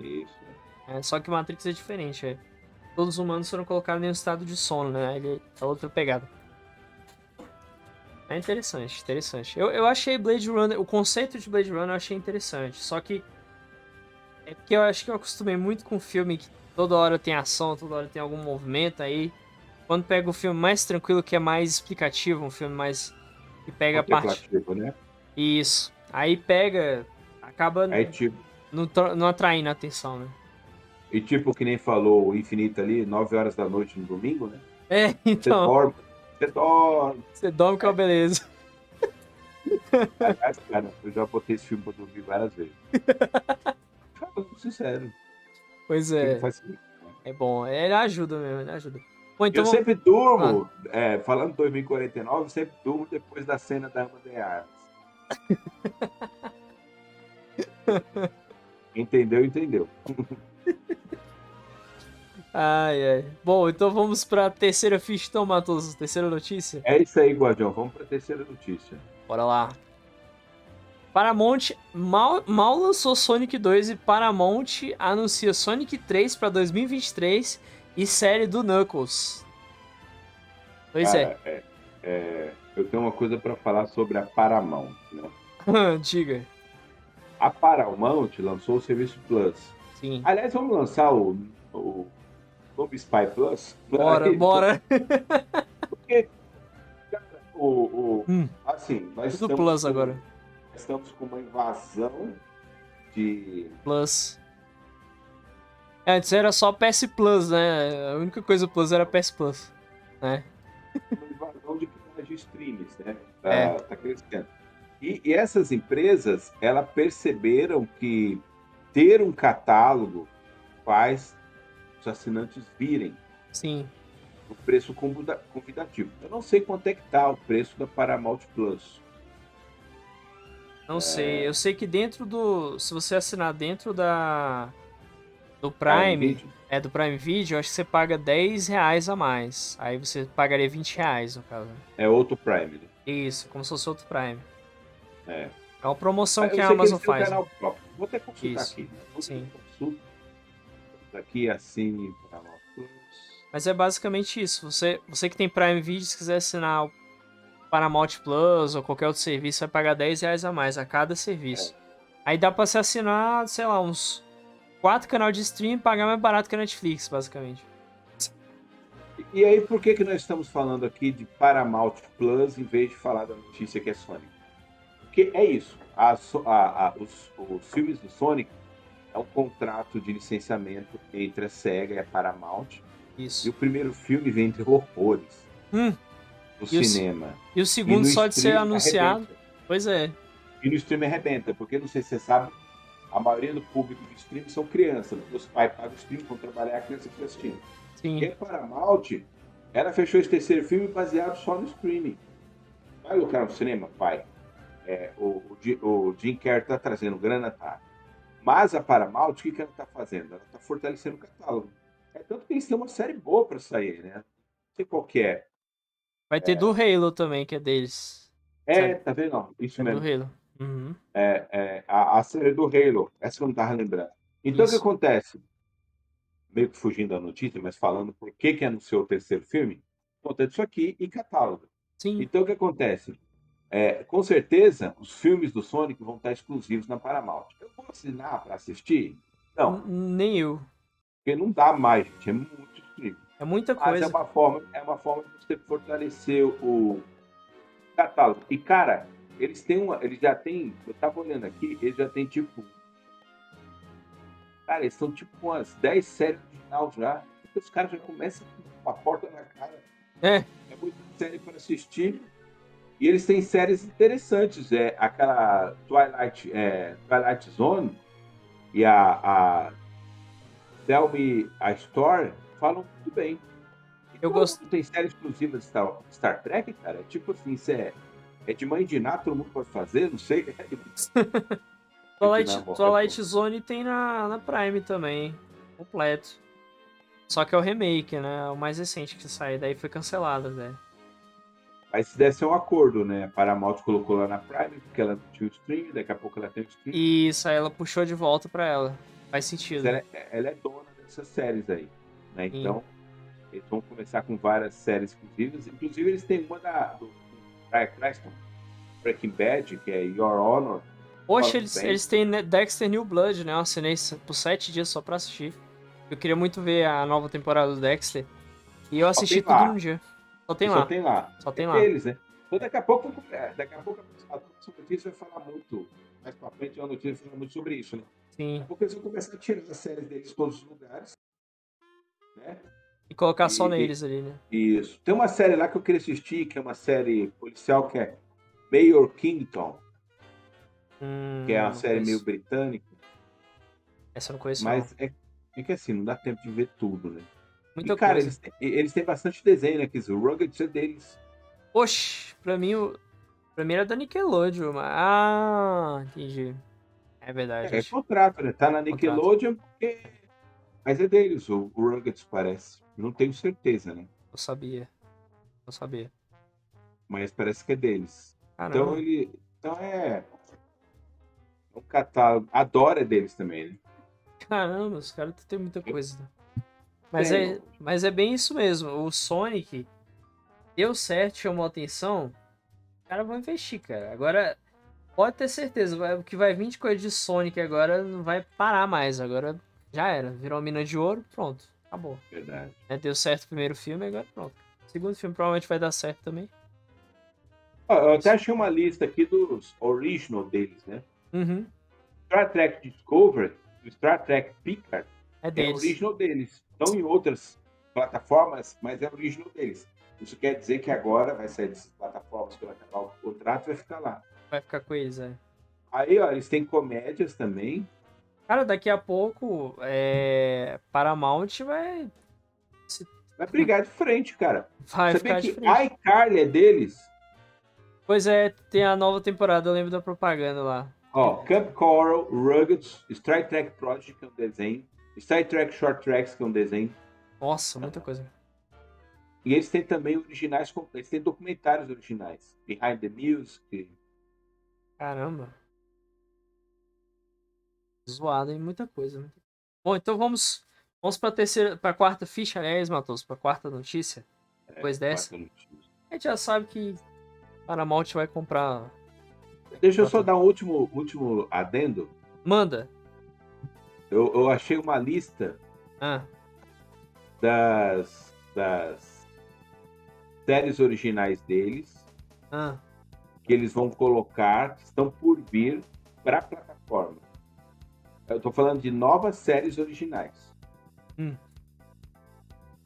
Speaker 2: Isso.
Speaker 1: É, só que Matrix é diferente. é. Todos os humanos foram colocados em um estado de sono, né? Ele é outra pegada. É interessante, interessante. Eu, eu achei Blade Runner, o conceito de Blade Runner eu achei interessante. Só que. É porque eu acho que eu acostumei muito com filme que toda hora tem ação, toda hora tem algum movimento aí. Quando pega um filme mais tranquilo, que é mais explicativo, um filme mais. que pega a parte.
Speaker 2: Contemplativo, né?
Speaker 1: Isso. Aí pega, acaba
Speaker 2: Aí, tipo,
Speaker 1: não, tra- não atraindo a atenção, né?
Speaker 2: e tipo que nem falou o Infinito ali, 9 horas da noite no domingo, né?
Speaker 1: É,
Speaker 2: Você
Speaker 1: então,
Speaker 2: dorme, você dorme.
Speaker 1: você dorme
Speaker 2: É.
Speaker 1: com a beleza.
Speaker 2: Aliás, cara, eu já botei esse filme pra dormir várias vezes. Cara, eu sou sincero.
Speaker 1: Pois
Speaker 2: ele
Speaker 1: é,
Speaker 2: faz sentido.
Speaker 1: é bom. Ele ajuda mesmo, ele ajuda. Bom, então
Speaker 2: eu
Speaker 1: vamos-
Speaker 2: sempre durmo,
Speaker 1: Ah.
Speaker 2: é, falando 2049, eu sempre durmo depois da cena da Ama de Armas. entendeu, entendeu.
Speaker 1: Ai, ai. Bom, então vamos pra terceira ficha, então, Matoso. Terceira notícia.
Speaker 2: É isso aí, Guardião. Vamos pra terceira notícia.
Speaker 1: Bora lá. Paramount mal, mal lançou Sonic 2 e Paramount anuncia Sonic 3 pra 2023 e série do Knuckles. Pois
Speaker 2: Cara, é, é, eu tenho uma coisa pra falar sobre a Paramount. Né?
Speaker 1: é, diga.
Speaker 2: A Paramount lançou o serviço Plus.
Speaker 1: Sim.
Speaker 2: Aliás, vamos lançar o, o Bob Spy Plus?
Speaker 1: Bora,
Speaker 2: Aí,
Speaker 1: bora.
Speaker 2: O, o-
Speaker 1: Hum.
Speaker 2: assim, nós
Speaker 1: Tudo
Speaker 2: estamos
Speaker 1: Plus
Speaker 2: com-
Speaker 1: agora.
Speaker 2: Estamos com uma invasão de
Speaker 1: Plus. É, Antes era só PS Plus, né? A única coisa Plus era PS Plus.
Speaker 2: uma invasão de canais de streams, né? Tá,
Speaker 1: É.
Speaker 2: tá crescendo. E, e essas empresas, elas perceberam que ter um catálogo faz os assinantes virem
Speaker 1: Sim.
Speaker 2: o preço convida- convidativo. Eu não sei quanto é que tá o preço da Paramount Plus.
Speaker 1: Não sei. Eu sei que dentro do. Se você assinar dentro da. Do Prime.
Speaker 2: Vídeo.
Speaker 1: É, do Prime Video, eu acho que você paga 10 reais a mais. Aí você pagaria 20 reais, no caso.
Speaker 2: É outro Prime. né?
Speaker 1: Isso, como se fosse outro Prime.
Speaker 2: É.
Speaker 1: É uma promoção
Speaker 2: Eu
Speaker 1: que
Speaker 2: sei
Speaker 1: a
Speaker 2: eles
Speaker 1: Amazon
Speaker 2: têm um
Speaker 1: faz. né?
Speaker 2: canal próprio. Vou até consultar
Speaker 1: Isso.
Speaker 2: aqui. né? Vou
Speaker 1: Sim.
Speaker 2: Consulta. Aqui assine Paramount Plus.
Speaker 1: Mas é basicamente isso. Você, você que tem Prime Video, se quiser assinar o Paramount Plus ou qualquer outro serviço, vai pagar 10 reais a mais a cada serviço.
Speaker 2: É.
Speaker 1: Aí dá pra você assinar, sei lá, uns 4 canais de stream e pagar mais barato que a Netflix, basicamente.
Speaker 2: E aí, por que, que nós estamos falando aqui de Paramount Plus em vez de falar da notícia que é Sonic? Porque é isso. A So- a- a- os, os filmes do Sonic é um contrato de licenciamento entre a SEGA e a Paramount. E
Speaker 1: Isso.
Speaker 2: o primeiro filme vende horrores
Speaker 1: Hum,
Speaker 2: no
Speaker 1: E o-
Speaker 2: cinema.
Speaker 1: e o
Speaker 2: E no tá
Speaker 1: segundo só de ser
Speaker 2: stream
Speaker 1: anunciado.
Speaker 2: arrebenta.
Speaker 1: Pois é.
Speaker 2: E no stream arrebenta, porque não sei se você sabe, a maioria do público de stream são crianças. Os pais pagam o stream, vão trabalhar, a criança fica assistindo. E
Speaker 1: Sim.
Speaker 2: a Paramount, ela fechou esse terceiro filme baseado só no streaming. Vai lucrar no cinema, pai. É, o, o Ji- o Jim Carrey tá trazendo grana, tá. Mas a Paramount, o que, que ela tá fazendo? Ela tá fortalecendo o catálogo. É tanto que eles têm uma série boa pra sair, né? Não sei qual que é.
Speaker 1: Vai ter do Halo também, que é deles.
Speaker 2: É,
Speaker 1: Série.
Speaker 2: tá vendo? Ó, Isso
Speaker 1: É do
Speaker 2: mesmo.
Speaker 1: Halo. Uhum.
Speaker 2: É, é, a, a série do Halo. Essa eu não tava lembrando. Então o
Speaker 1: Isso.
Speaker 2: que acontece? Meio que fugindo da notícia, mas falando por que que anunciou o terceiro filme. Conta disso aqui e catálogo.
Speaker 1: Sim,
Speaker 2: Então o que acontece? É, com certeza, os filmes do Sonic vão estar exclusivos na Paramount. Eu vou assinar para assistir? Não,
Speaker 1: n- nem eu.
Speaker 2: porque não dá mais, gente. É muito streaming.
Speaker 1: É muita
Speaker 2: Mas é
Speaker 1: coisa.
Speaker 2: uma forma, é uma forma de você fortalecer o catálogo. E cara, eles têm uma, eles já têm, eu tava olhando aqui, eles já têm tipo, cara, eles são tipo umas 10 séries original já. Porque os caras já começam com a porta na cara.
Speaker 1: É.
Speaker 2: É muita série para assistir. E eles têm séries interessantes, é aquela Twilight, é, Twilight Zone e a, a Tell Me a Story falam muito bem. E
Speaker 1: Eu
Speaker 2: todo
Speaker 1: gost-
Speaker 2: mundo Tem série exclusiva de Star, Star Trek, cara. é Tipo assim, isso é, é de mãe de nada, todo mundo pode fazer, não sei.
Speaker 1: Twilight,
Speaker 2: Não, bom,
Speaker 1: Twilight Zone tem na, na Prime também. Completo. Só que é o remake, né? O mais recente que saiu. Daí foi cancelado, né?
Speaker 2: Mas se desse um acordo, né? A Paramount colocou lá na Prime, porque ela não tinha o stream, daqui a pouco ela tem um o stream.
Speaker 1: E isso aí ela puxou de volta pra ela. Faz sentido.
Speaker 2: Ela, é- ela é dona dessas séries aí. Né? Então, eles vão começar com várias séries exclusivas. Inclusive, eles têm uma da, do Brian Creston, Breaking Bad, que é Your Honor.
Speaker 1: Poxa,
Speaker 2: Fala
Speaker 1: eles,
Speaker 2: bem.
Speaker 1: eles têm né, Dexter New Blood, né? Eu assinei isso por sete dias só pra assistir. Eu queria muito ver a nova temporada do Dexter. E eu assisti
Speaker 2: tem
Speaker 1: tudo
Speaker 2: lá.
Speaker 1: num dia. Só tem
Speaker 2: E
Speaker 1: lá.
Speaker 2: Só tem lá.
Speaker 1: Só tem
Speaker 2: É
Speaker 1: lá.
Speaker 2: deles, né? Então, daqui a pouco, é, daqui a pouco a nossa notícia vai falar muito. Mais pra frente, a notícia vai falar muito sobre isso, né?
Speaker 1: Sim.
Speaker 2: Porque eles vão começar a tirar as séries deles de todos os lugares. Né?
Speaker 1: E colocar só
Speaker 2: E-
Speaker 1: neles ali, né?
Speaker 2: Isso. Tem uma série lá que eu queria assistir, que é uma série policial que é Mayor Kington,
Speaker 1: Hum,
Speaker 2: que é uma
Speaker 1: não
Speaker 2: série
Speaker 1: conheço.
Speaker 2: meio britânica,
Speaker 1: Essa eu não conheço.
Speaker 2: mas é, é que assim, não dá tempo de ver tudo, né?
Speaker 1: não. Muita
Speaker 2: e, cara,
Speaker 1: coisa.
Speaker 2: eles, eles têm bastante desenho, né? Que o Rugged é deles.
Speaker 1: Oxi, pra mim o. Pra mim era da Nickelodeon, mas. Ah, entendi. É verdade.
Speaker 2: É, é contrato, né? Tá na Nickelodeon, porque... mas é deles, o, o Rugged parece. Não tenho certeza, né?
Speaker 1: Eu sabia. Eu sabia.
Speaker 2: Mas parece que é deles.
Speaker 1: Caramba.
Speaker 2: Então ele. Então é. É um catálogo. A Dora é deles também, né?
Speaker 1: Caramba, os caras têm muita coisa. né? Mas
Speaker 2: Tem.
Speaker 1: é, mas é bem isso mesmo. O Sonic deu certo, chamou atenção. Os caras vão investir, cara. Agora, pode ter certeza, vai- o que vai vir de coisa de Sonic agora não vai parar mais. Agora já era. Virou uma mina de ouro, pronto. Acabou.
Speaker 2: Verdade.
Speaker 1: Né, Deu certo o primeiro filme, agora pronto. O segundo filme provavelmente vai dar certo também.
Speaker 2: Ó, eu até achei uma lista aqui dos original deles, né?
Speaker 1: Uhum.
Speaker 2: Star Trek Discovery, o Star Trek Picard,
Speaker 1: É
Speaker 2: é
Speaker 1: deles.
Speaker 2: original deles. Estão em outras plataformas, mas é original deles. Isso quer dizer que agora vai sair dessas plataformas quando acabar o contrato e vai ficar lá.
Speaker 1: Vai ficar com eles, é.
Speaker 2: Aí, ó, eles têm comédias também.
Speaker 1: Cara, daqui a pouco, é... Paramount vai,
Speaker 2: Vai brigar de frente, cara.
Speaker 1: vai ficar
Speaker 2: Sabia
Speaker 1: de
Speaker 2: que
Speaker 1: frente.
Speaker 2: iCarly é deles?
Speaker 1: Pois é, tem a nova temporada, eu lembro da propaganda lá.
Speaker 2: Ó, Camp Coral, Rugged, Star Trek Prodigy, que é um desenho, Star Trek Short Tracks, que é um desenho,
Speaker 1: Nossa, muita coisa.
Speaker 2: e eles têm também originais, com- eles têm documentários originais, Behind the Music,
Speaker 1: Caramba. Zoado, hein? Muita coisa. muita- Bom, então vamos vamos pra terceira, pra quarta ficha, aliás, Matos, pra quarta notícia. Depois dessa,
Speaker 2: é, quatro notícias.
Speaker 1: a gente já sabe que Paramount vai comprar.
Speaker 2: Deixa eu só dar um último, último adendo.
Speaker 1: Manda.
Speaker 2: Eu, eu achei uma lista
Speaker 1: Ah,
Speaker 2: das, das séries originais deles,
Speaker 1: ah.
Speaker 2: que eles vão colocar, que estão por vir para a plataforma. Eu tô falando de novas séries originais.
Speaker 1: Hum.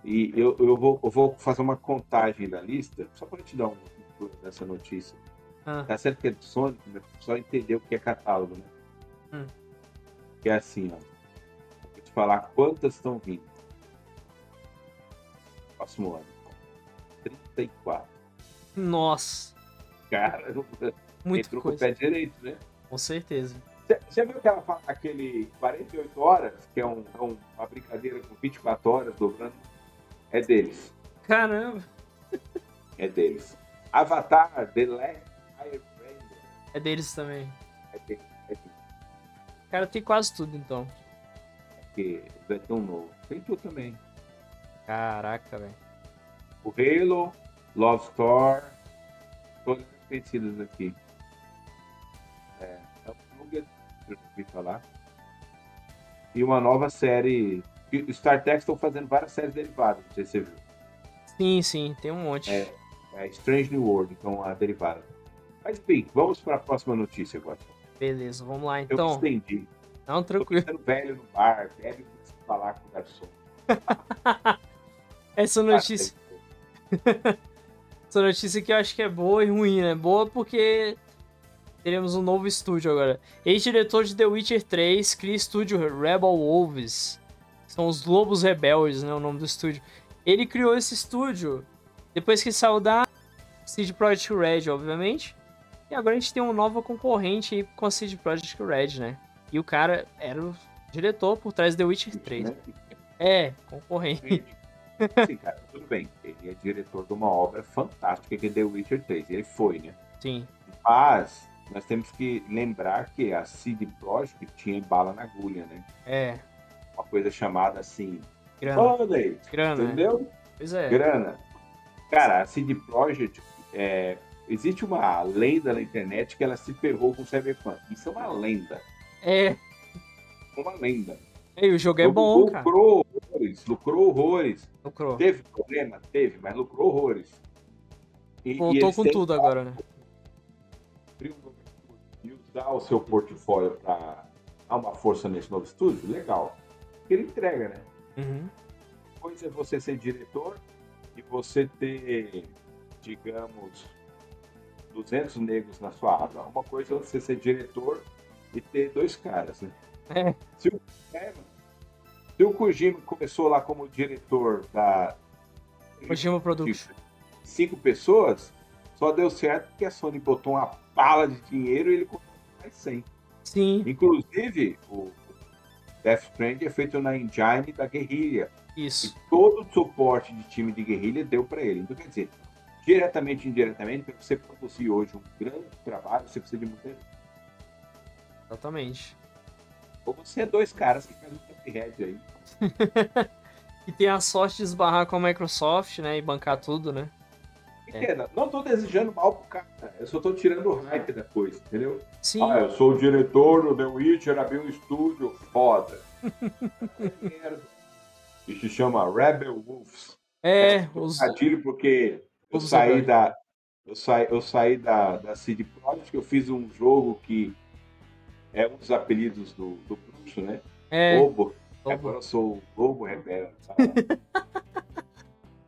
Speaker 2: E eu, eu, vou, eu vou fazer uma contagem da lista, só para te dar um pulo dessa notícia.
Speaker 1: Ah.
Speaker 2: Tá certo que é do Sonic, né? só entender o que é catálogo, né?
Speaker 1: Hum.
Speaker 2: Que é assim, ó. Vou te falar quantas estão vindo. Próximo ano. 34.
Speaker 1: Nossa,
Speaker 2: Cara, não-
Speaker 1: muita
Speaker 2: entrou com o
Speaker 1: coisa.
Speaker 2: pé direito, né?
Speaker 1: Com certeza.
Speaker 2: Você- Você viu aquela, fa- aquele 48 horas, que é, um, é um- uma brincadeira com 24 horas dobrando? É deles.
Speaker 1: Caramba.
Speaker 2: É deles. Avatar, The Last Airbender.
Speaker 1: É deles também.
Speaker 2: É deles. É deles.
Speaker 1: Cara, tem quase tudo então.
Speaker 2: Porque vai ter um novo. Tem tudo também.
Speaker 1: Caraca, velho.
Speaker 2: O Halo, Love Store. Todas as vencidas aqui. É. Uploaded, eu já ouvi falar. E uma nova série. E o Star Trek estão fazendo várias séries derivadas, não sei se você viu.
Speaker 1: Sim, sim, tem um monte.
Speaker 2: É, é Strange New World, então a derivada. Mas enfim, vamos para a próxima notícia agora.
Speaker 1: Beleza, vamos lá
Speaker 2: Eu me
Speaker 1: então.
Speaker 2: estendi.
Speaker 1: Não,
Speaker 2: Tô
Speaker 1: tranquilo.
Speaker 2: ficando velho no bar, velho pra falar com o garçom.
Speaker 1: Essa notícia, essa notícia que eu acho que é boa e ruim, né? Boa porque teremos um novo estúdio agora. Ex-diretor de The Witcher 3 cria estúdio Rebel Wolves. São os Lobos Rebeldes, né? O nome do estúdio. Ele criou esse estúdio depois que saiu da Cid Project Red, obviamente. E agora a gente tem uma nova concorrente aí com a Cid Project Red, né? E o cara era o diretor por trás de The Witcher
Speaker 2: Né?
Speaker 1: 3. É, concorrente.
Speaker 2: Sim, cara, tudo bem. Ele é diretor de uma obra fantástica que é The Witcher 3. Ele foi, né?
Speaker 1: Sim.
Speaker 2: Mas nós temos que lembrar que a CD Projekt tinha bala na agulha, né?
Speaker 1: É,
Speaker 2: Uma coisa chamada assim.
Speaker 1: grana.
Speaker 2: Money!
Speaker 1: Grana, né?
Speaker 2: Entendeu?
Speaker 1: Pois é.
Speaker 2: grana. Cara, a CD Projekt, é, existe uma lenda na internet que ela se ferrou com o Cyberpunk. Isso é uma lenda.
Speaker 1: É,
Speaker 2: Uma lenda. Então,
Speaker 1: e o jogo é bom, cara.
Speaker 2: lucrou horrores, lucrou horrores.
Speaker 1: Lucrou.
Speaker 2: Teve problema? Teve, mas lucrou horrores. E, e
Speaker 1: Voltou
Speaker 2: eles
Speaker 1: com
Speaker 2: têm
Speaker 1: tudo agora, né?
Speaker 2: abriu dar o seu portfólio para dar uma força nesse novo estúdio, legal. Ele entrega, né?
Speaker 1: Uhum.
Speaker 2: Coisa é você ser diretor e você ter, digamos, 200 negros na sua aba. Uma coisa é você ser diretor e ter dois caras, né?
Speaker 1: É.
Speaker 2: Se o, é, mano. se o Kojima começou lá como diretor da
Speaker 1: Kojima Production.
Speaker 2: tipo, cinco pessoas, só deu certo porque a Sony botou uma bala de dinheiro e ele comprou mais 100.
Speaker 1: Sim,
Speaker 2: Inclusive, o Death Strand é feito na engine da guerrilha. E
Speaker 1: isso.
Speaker 2: todo o suporte de time de guerrilha deu para ele. Então, quer dizer, diretamente e indiretamente, para você produzir hoje um grande trabalho, você precisa de muita gente.
Speaker 1: Exatamente.
Speaker 2: Ou você é dois caras que fazem um Cuphead aí.
Speaker 1: E tem a sorte de esbarrar com a Microsoft, né? E bancar tudo, né?
Speaker 2: Entenda, não tô desejando mal pro cara, eu só tô tirando o hype da coisa, entendeu?
Speaker 1: Sim,
Speaker 2: Ah, eu sou o diretor do The Witcher, abri um estúdio foda. É merda. E se chama Rebel Wolves.
Speaker 1: é. Os...
Speaker 2: Trocadilho porque eu
Speaker 1: Wolves
Speaker 2: saí
Speaker 1: Rebellion.
Speaker 2: da eu saí, eu saí da, da CD Projekt, eu fiz um jogo que é um dos apelidos do, do bruxo, né?
Speaker 1: É.
Speaker 2: Lobo.
Speaker 1: Lobo.
Speaker 2: né, Agora eu sou o Lobo Rebelde. tá?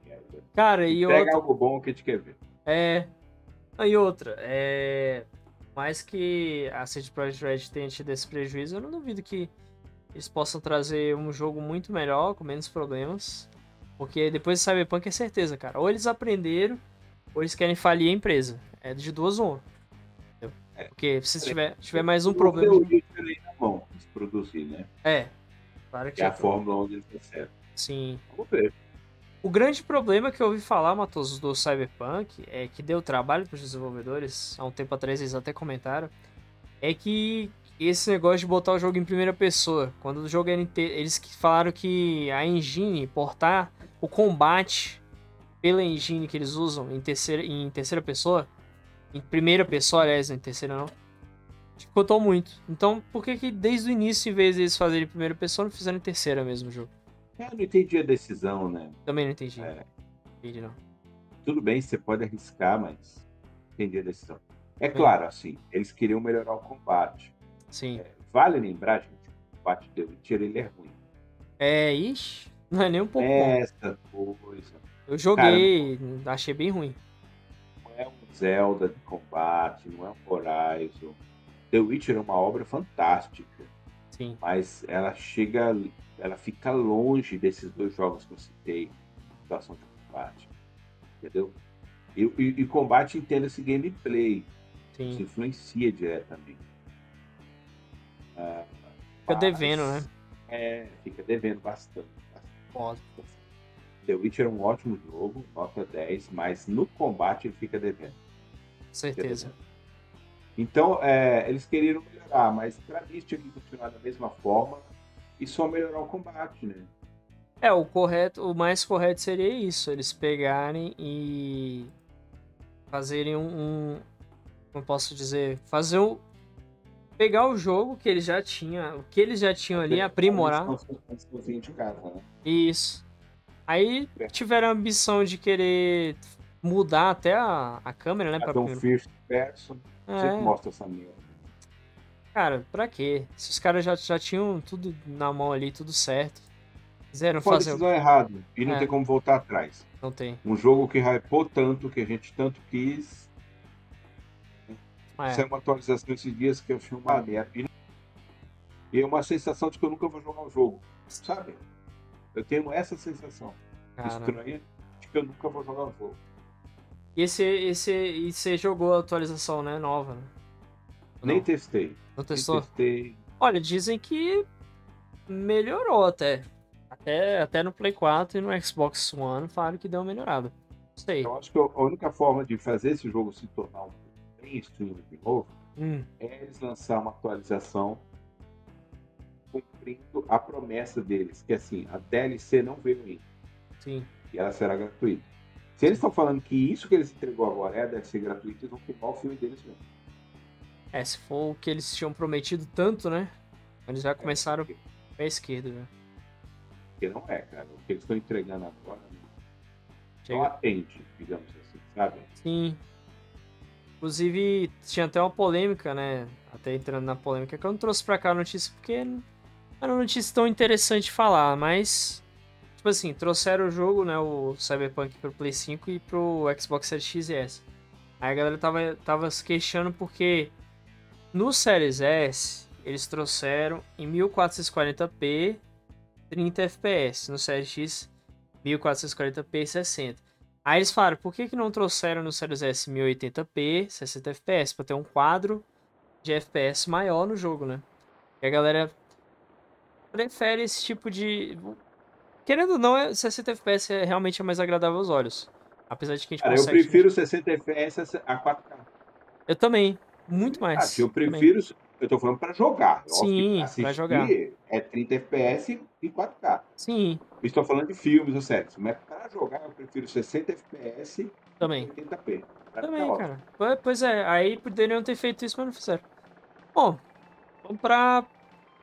Speaker 2: Merda.
Speaker 1: Cara, e outra.
Speaker 2: Pega algo bom que a gente quer ver.
Speaker 1: É. Ah, E outra, é. Mais que a CD Projekt Red tenha tido esse prejuízo, eu não duvido que eles possam trazer um jogo muito melhor, com menos problemas. Porque depois de Cyberpunk é certeza, cara. Ou eles aprenderam, ou eles querem falir a empresa. É de duas ou uma. Entendeu? Porque se tiver, tiver mais um
Speaker 2: Não
Speaker 1: problema.
Speaker 2: tem É. o Witcher aí na mão de se produzir, né?
Speaker 1: É. Claro que
Speaker 2: Que é a fórmula onde ele tá certo.
Speaker 1: Sim.
Speaker 2: Vamos ver.
Speaker 1: O grande problema que eu ouvi falar, Matoso, do Cyberpunk, é que deu trabalho para os desenvolvedores, há um tempo atrás eles até comentaram, é que esse negócio de botar o jogo em primeira pessoa, quando o jogo era inteiro, eles que falaram que a engine, portar o combate pela engine que eles usam em terceira, em terceira pessoa, em primeira pessoa, aliás, em terceira não, dificultou muito. Então, por que que desde o início, em vez deles fazerem em primeira pessoa, não fizeram em terceira mesmo o jogo?
Speaker 2: Eu É, não entendi a decisão, né?
Speaker 1: Também não entendi.
Speaker 2: É.
Speaker 1: Entendi, não.
Speaker 2: Tudo bem, você pode arriscar, mas entendi a decisão. É claro, assim, eles queriam melhorar o combate. É,
Speaker 1: Sim.
Speaker 2: Vale lembrar, gente, que o combate do Witcher ele é ruim.
Speaker 1: É, ixi, não é nem um pouco bom.
Speaker 2: Essa coisa.
Speaker 1: Eu joguei, achei bem ruim.
Speaker 2: Não é um Zelda de combate, não é um Horizon. The Witcher é uma obra fantástica,
Speaker 1: Sim,
Speaker 2: mas ela chega, ela fica longe desses dois jogos que eu citei, da ação de combate. Entendeu? E, e, e combate entenda-se gameplay. Isso
Speaker 1: sim.
Speaker 2: influencia diretamente. Ah,
Speaker 1: Fica
Speaker 2: mas-
Speaker 1: devendo, né?
Speaker 2: É, fica devendo bastante. bastante.
Speaker 1: Foda.
Speaker 2: The Witcher é um ótimo jogo, nota 10, mas no combate ele fica devendo.
Speaker 1: Com certeza.
Speaker 2: Então, é, eles queriam melhorar, mas pra mim tinha que continuar da mesma forma e só melhorar o combate, né?
Speaker 1: É, o correto, o mais correto seria isso, eles pegarem e fazerem um, um- como eu posso dizer, fazer o pegar o jogo que eles já tinham, o que eles já tinham ali, aprimorar.
Speaker 2: Eles são- eles são vinhos de casa, né?
Speaker 1: Isso. Aí
Speaker 2: É.
Speaker 1: tiveram a ambição de querer mudar até a, a câmera, né, pra
Speaker 2: Fazer um
Speaker 1: primeiro.
Speaker 2: first person, sempre
Speaker 1: É.
Speaker 2: mostra essa merda.
Speaker 1: Cara, pra quê? Se os caras já, já tinham tudo na mão ali, tudo certo. Quiseram
Speaker 2: Foi uma
Speaker 1: fazer.
Speaker 2: decisão errada e não
Speaker 1: É.
Speaker 2: tem como voltar atrás.
Speaker 1: Não tem.
Speaker 2: um jogo que hypou tanto, que a gente tanto quis.
Speaker 1: Ah, é. Uhum.
Speaker 2: Saiu uma atualização esses dias que eu achei uma merda. E- E é uma sensação de que eu nunca vou jogar o jogo, sabe? Eu tenho essa sensação
Speaker 1: Cara.
Speaker 2: estranha de que eu nunca vou jogar o jogo.
Speaker 1: E esse, esse, e você jogou a atualização, né? Nova, né? Ou
Speaker 2: Nem
Speaker 1: não?
Speaker 2: testei.
Speaker 1: não
Speaker 2: Nem
Speaker 1: testou?
Speaker 2: testei.
Speaker 1: Olha, dizem que melhorou até. Até, até no Play 4 e no Xbox One falaram que deu uma melhorada. Não sei.
Speaker 2: Eu acho que a única forma de fazer esse jogo se tornar um mainstream de novo
Speaker 1: Hum,
Speaker 2: é eles lançar uma atualização cumprindo a promessa deles, que assim, a DLC não veio ainda.
Speaker 1: sim.
Speaker 2: e ela será gratuita. Se eles estão falando que isso que eles entregou agora é deve ser gratuito, eles vão queimar o filme deles mesmo.
Speaker 1: É, se for o que eles tinham prometido tanto, né? Eles
Speaker 2: É.
Speaker 1: já começaram
Speaker 2: Porque,
Speaker 1: pé esquerdo, né? já.
Speaker 2: porque não é, cara. O que eles estão entregando agora não
Speaker 1: Chega. Tipo,
Speaker 2: atende, digamos assim, sabe?
Speaker 1: Sim. Inclusive, tinha até uma polêmica, né? Até entrando na polêmica, que eu não trouxe pra cá a notícia porque era uma notícia tão interessante de falar, mas. Tipo assim, trouxeram o jogo, né? O Cyberpunk pro Play 5 e pro Xbox Series X Aí a galera tava, tava se queixando porque no Series S eles trouxeram em 1440p 30 FPS, no Series X 1440p 60. Aí eles falaram, por que, que não trouxeram no Series S 1080p 60 FPS para ter um quadro de FPS maior no jogo, né? E a galera prefere esse tipo de querendo ou não, é- 60 FPS é realmente é mais agradável aos olhos. Apesar de que a gente
Speaker 2: Cara, eu
Speaker 1: consegue...
Speaker 2: prefiro 60 FPS a 4K.
Speaker 1: Eu também, muito mais.
Speaker 2: Assim, eu
Speaker 1: também.
Speaker 2: prefiro. Eu tô falando pra jogar. é Óbvio
Speaker 1: Sim,
Speaker 2: que
Speaker 1: pra
Speaker 2: assistir
Speaker 1: jogar.
Speaker 2: É 30 FPS e 4K.
Speaker 1: Sim,
Speaker 2: Estou falando de filmes ou séries, mas pra jogar eu prefiro 60 FPS
Speaker 1: também.
Speaker 2: e 80p. Pra
Speaker 1: Também,
Speaker 2: ficar tá ótimo.
Speaker 1: cara. Po- Pois é, aí poderiam ter feito isso, mas não fizeram. Bom, vamos pra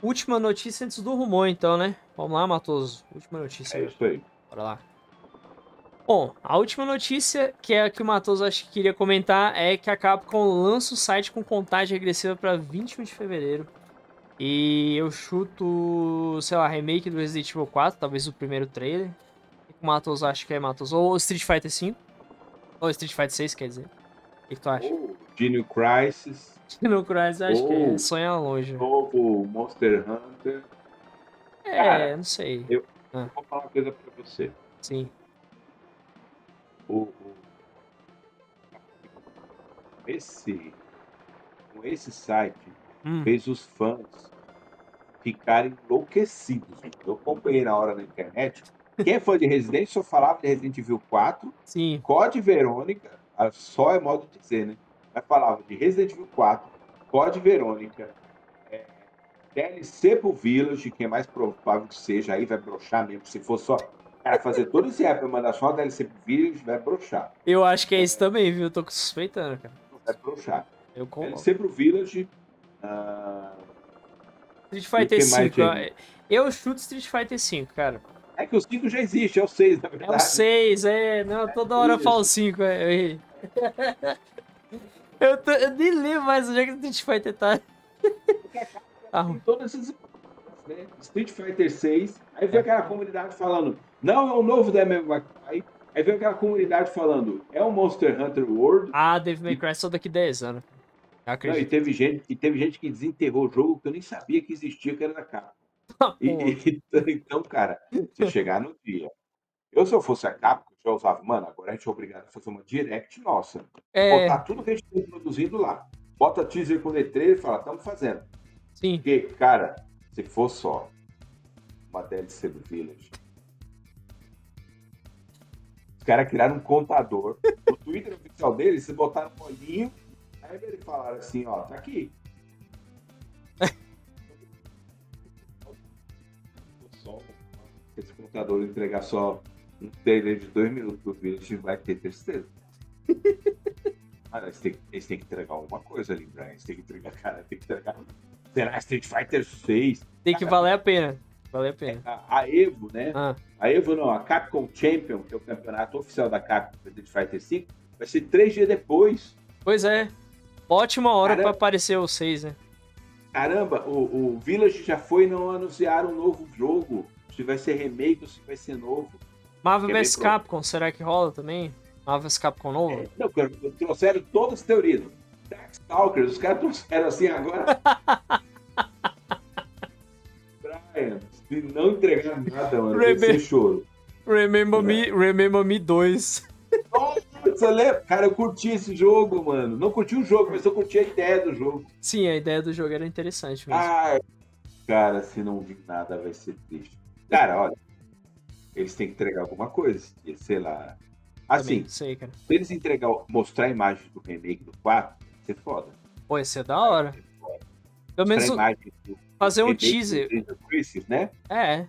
Speaker 1: última notícia antes do rumor, então, né? Vamos lá, Matoso. Última notícia.
Speaker 2: É isso aí.
Speaker 1: Bora lá. Bom, a última notícia, que é a que o Matoso acho que queria comentar, é que a Capcom lança o site com contagem regressiva pra 21 de fevereiro. E eu chuto, sei lá, remake do Resident Evil 4, talvez o primeiro trailer. O que o Matoso acha que é Matoso? Ou Street Fighter 5? Ou Street Fighter 6, quer dizer. O que que tu acha?
Speaker 2: Ou Dino Crisis,
Speaker 1: No Crysis acho que é
Speaker 2: Ou-
Speaker 1: sonha longe.
Speaker 2: Oh,
Speaker 1: né?
Speaker 2: novo Monster Hunter.
Speaker 1: É, não sei.
Speaker 2: Vou falar uma coisa pra você.
Speaker 1: Sim.
Speaker 2: O, o- Esse... Com esse site,
Speaker 1: Hum,
Speaker 2: fez os fãs ficarem enlouquecidos. Eu acompanhei na hora na internet. Quem é fã de Resident só falava de Resident Evil 4,
Speaker 1: sim.
Speaker 2: Code Verônica, ah, só é modo de dizer, né? Mas falava de Resident Evil 4, Code Verônica, é, DLC pro Village, que é mais provável que seja, aí vai broxar mesmo. Se for só. Cara, fazer todo esse app e mandar só DLC pro Village, vai broxar.
Speaker 1: Eu acho que é isso também, viu? Eu tô suspeitando, cara.
Speaker 2: Vai broxar.
Speaker 1: Eu concordo.
Speaker 2: DLC pro Village. ah,
Speaker 1: Street
Speaker 2: E
Speaker 1: Fighter
Speaker 2: o que mais,
Speaker 1: 5. ó, Eu chuto Street Fighter 5, cara.
Speaker 2: É que o 5 já existe, é o 6, na
Speaker 1: É o
Speaker 2: verdade.
Speaker 1: 6, é. Não, toda hora eu
Speaker 2: isso.
Speaker 1: falo 5, é. Eu errei. Eu, tô- eu nem lembro mais onde é que o Street Fighter tá. Tá
Speaker 2: Tem
Speaker 1: ruim.
Speaker 2: todas essas hipóteses, né? Street Fighter 6, aí
Speaker 1: É.
Speaker 2: vem aquela comunidade falando, não é o novo da MMY, aí vem aquela comunidade falando, é o Monster Hunter World,
Speaker 1: Ah, Devil May Cry só daqui 10 anos. Eu
Speaker 2: Não, e
Speaker 1: acredito.
Speaker 2: teve gente, e teve gente que desenterrou o jogo que eu nem sabia que existia, que era da capa. E-
Speaker 1: Pô,
Speaker 2: e- então, cara, se chegar no dia. Eu, se eu fosse a Capcom, já usava, mano, agora a gente é obrigado a fazer uma direct nossa.
Speaker 1: é,
Speaker 2: Botar tudo que a gente tem produzindo lá. Bota teaser com letreiro e fala, estamos fazendo.
Speaker 1: sim.
Speaker 2: Porque, cara, se for só uma DLC do Village, os caras criaram um contador. O Twitter oficial deles, se botaram um olhinho, aí eles falaram assim, ó, tá aqui. Só Esse contador entregar só um trailer de dois minutos do Village vai ter tristeza. Mano, eles têm, eles têm que entregar alguma coisa ali, Brian. Eles têm que entregar, cara, tem que entregar. Será Street Fighter 6?
Speaker 1: Tem que valer a pena. Valer a pena.
Speaker 2: A, a Evo, né?
Speaker 1: Ah,
Speaker 2: A Evo não, a Capcom Champion, que é o campeonato oficial da Capcom pra Street Fighter 5, vai ser três dias depois.
Speaker 1: pois é. Ótima hora
Speaker 2: Cara-
Speaker 1: pra aparecer o 6, né?
Speaker 2: Caramba, o, o Village já foi e não anunciaram um novo jogo. Se vai ser remake ou se vai ser novo.
Speaker 1: Marvel
Speaker 2: Quer ver
Speaker 1: vs
Speaker 2: pro-
Speaker 1: Capcom, será que rola também? Marvel vs Capcom novo?
Speaker 2: É, não, cara, trouxeram todas as teorias. Darkstalkers, os caras trouxeram assim agora. Brian, se não entregar nada, mano, vai
Speaker 1: Rebe-
Speaker 2: ser choro.
Speaker 1: Remember
Speaker 2: É.
Speaker 1: Me, Remember Me 2.
Speaker 2: Nossa, lembra? Cara, eu curti esse jogo, mano. Não curti o jogo, mas eu curti a ideia do jogo.
Speaker 1: Sim, a ideia do jogo era interessante mesmo.
Speaker 2: Ah, cara, se não vir nada vai ser triste. Cara, olha, eles têm que entregar alguma coisa, e sei lá.
Speaker 1: Também,
Speaker 2: Assim,
Speaker 1: sei, cara.
Speaker 2: se eles entregar, mostrar a imagem do remake do 4, vai ser foda.
Speaker 1: Pô, ia ser da hora. Pelo
Speaker 2: Mostrar a
Speaker 1: menos
Speaker 2: imagem do
Speaker 1: fazer um
Speaker 2: remake do
Speaker 1: teaser.
Speaker 2: Dino Crisis, né?
Speaker 1: É,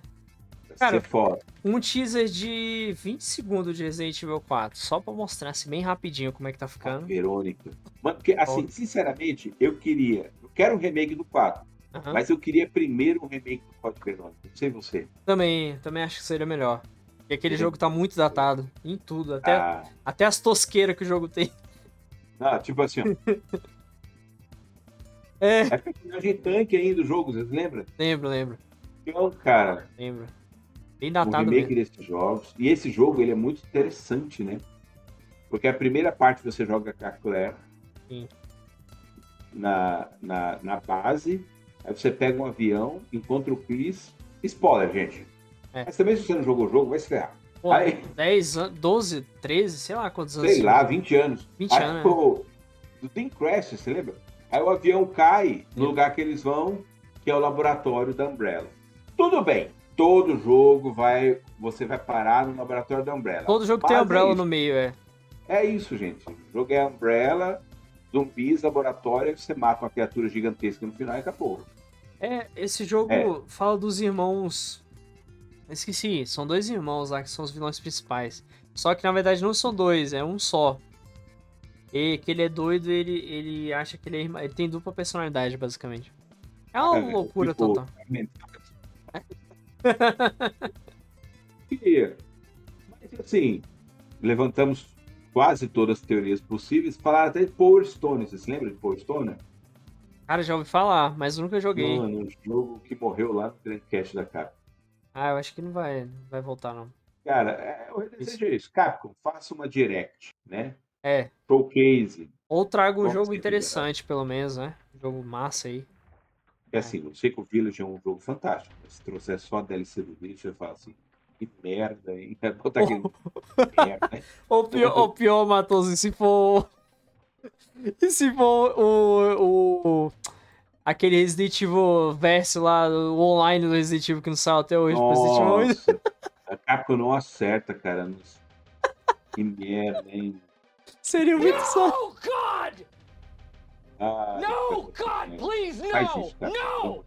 Speaker 2: Vai
Speaker 1: Cara,
Speaker 2: ser foda.
Speaker 1: um teaser de 20 segundos de Resident Evil 4, só pra mostrar assim bem rapidinho como é que tá
Speaker 2: A
Speaker 1: ficando.
Speaker 2: Verônica. Mano, porque, assim, sinceramente, eu queria. Eu quero um remake do 4,
Speaker 1: Aham.
Speaker 2: mas eu queria primeiro um remake do 4 Verônica. Não sei você.
Speaker 1: Também, também acho que seria melhor. Porque aquele jogo tá muito datado em tudo, até,
Speaker 2: Uhum. Ah,
Speaker 1: até as tosqueiras que o jogo tem.
Speaker 2: Ah, tipo assim, ó.
Speaker 1: É.
Speaker 2: É personagem tanque ainda do jogo, vocês lembram?
Speaker 1: Lembro, lembro,
Speaker 2: Então, cara,
Speaker 1: lembro. tá, Bem
Speaker 2: um
Speaker 1: datado
Speaker 2: remake
Speaker 1: mesmo.
Speaker 2: desses jogos. E esse jogo, ele é muito interessante, né? Porque a primeira parte você joga com a Claire
Speaker 1: Sim.
Speaker 2: na, na, na base, aí você pega um avião, encontra o Chris. Spoiler, gente.
Speaker 1: É.
Speaker 2: Mas também se você não jogou o jogo, vai se ferrar.
Speaker 1: Pô,
Speaker 2: Aí-
Speaker 1: 10 anos, 12, 13, sei lá quantos anos.
Speaker 2: Sei lá, 20 anos.
Speaker 1: 20
Speaker 2: Aí,
Speaker 1: anos, né?
Speaker 2: pô, do Team Crash, você lembra? Aí o avião cai no
Speaker 1: Sim.
Speaker 2: lugar que eles vão, que é o laboratório da Umbrella. Tudo bem, todo jogo vai, você vai parar no laboratório da Umbrella.
Speaker 1: Todo jogo tem
Speaker 2: Mas é
Speaker 1: Umbrella
Speaker 2: isso.
Speaker 1: no meio, é.
Speaker 2: É isso, gente. O jogo é Umbrella, zumbis, laboratório, você mata uma criatura gigantesca no final e acabou.
Speaker 1: É, esse jogo
Speaker 2: É.
Speaker 1: fala dos irmãos. Esqueci, são dois irmãos lá que são os vilões principais. Só que na verdade não são dois, é um só. E que ele é doido, ele, ele acha que ele é irmão. Ele tem dupla personalidade, basicamente. É uma
Speaker 2: É, velho,
Speaker 1: loucura
Speaker 2: tipo,
Speaker 1: total.
Speaker 2: E, mas assim, levantamos quase todas as teorias possíveis, falaram até de Power Stone, você se lembra de Power Stone?
Speaker 1: Cara, já ouvi falar, mas eu nunca joguei.
Speaker 2: Mano, um jogo que morreu lá no Grand Cast da Capcom.
Speaker 1: Ah, eu acho que não vai, não vai voltar, não.
Speaker 2: Cara, é, o desejo é isso. Capcom, faça uma direct, né?
Speaker 1: É.
Speaker 2: Showcase.
Speaker 1: Ou trago um
Speaker 2: Bom,
Speaker 1: jogo
Speaker 2: sim,
Speaker 1: interessante, pelo menos, né? Um jogo massa aí.
Speaker 2: É assim, o Seco Village é um jogo fantástico. mas Se trouxer só a DLC do Village, eu falo assim, que merda, hein? Botar aquele merda.
Speaker 1: Ou pior, ou pior Matoso, e se for. E se for o. o, o- Aquele Resident Evil verso lá, o online do Resident Evil que não saiu até hoje pro Resident Evil 8.
Speaker 2: Nossa, a Capcom não acerta, cara. nos- Que merda, hein?
Speaker 1: Seria muito só.
Speaker 3: God!
Speaker 2: Ah,
Speaker 3: No,
Speaker 2: cara,
Speaker 3: God, please,
Speaker 2: Faz
Speaker 3: no!
Speaker 2: isso, cara.
Speaker 3: No!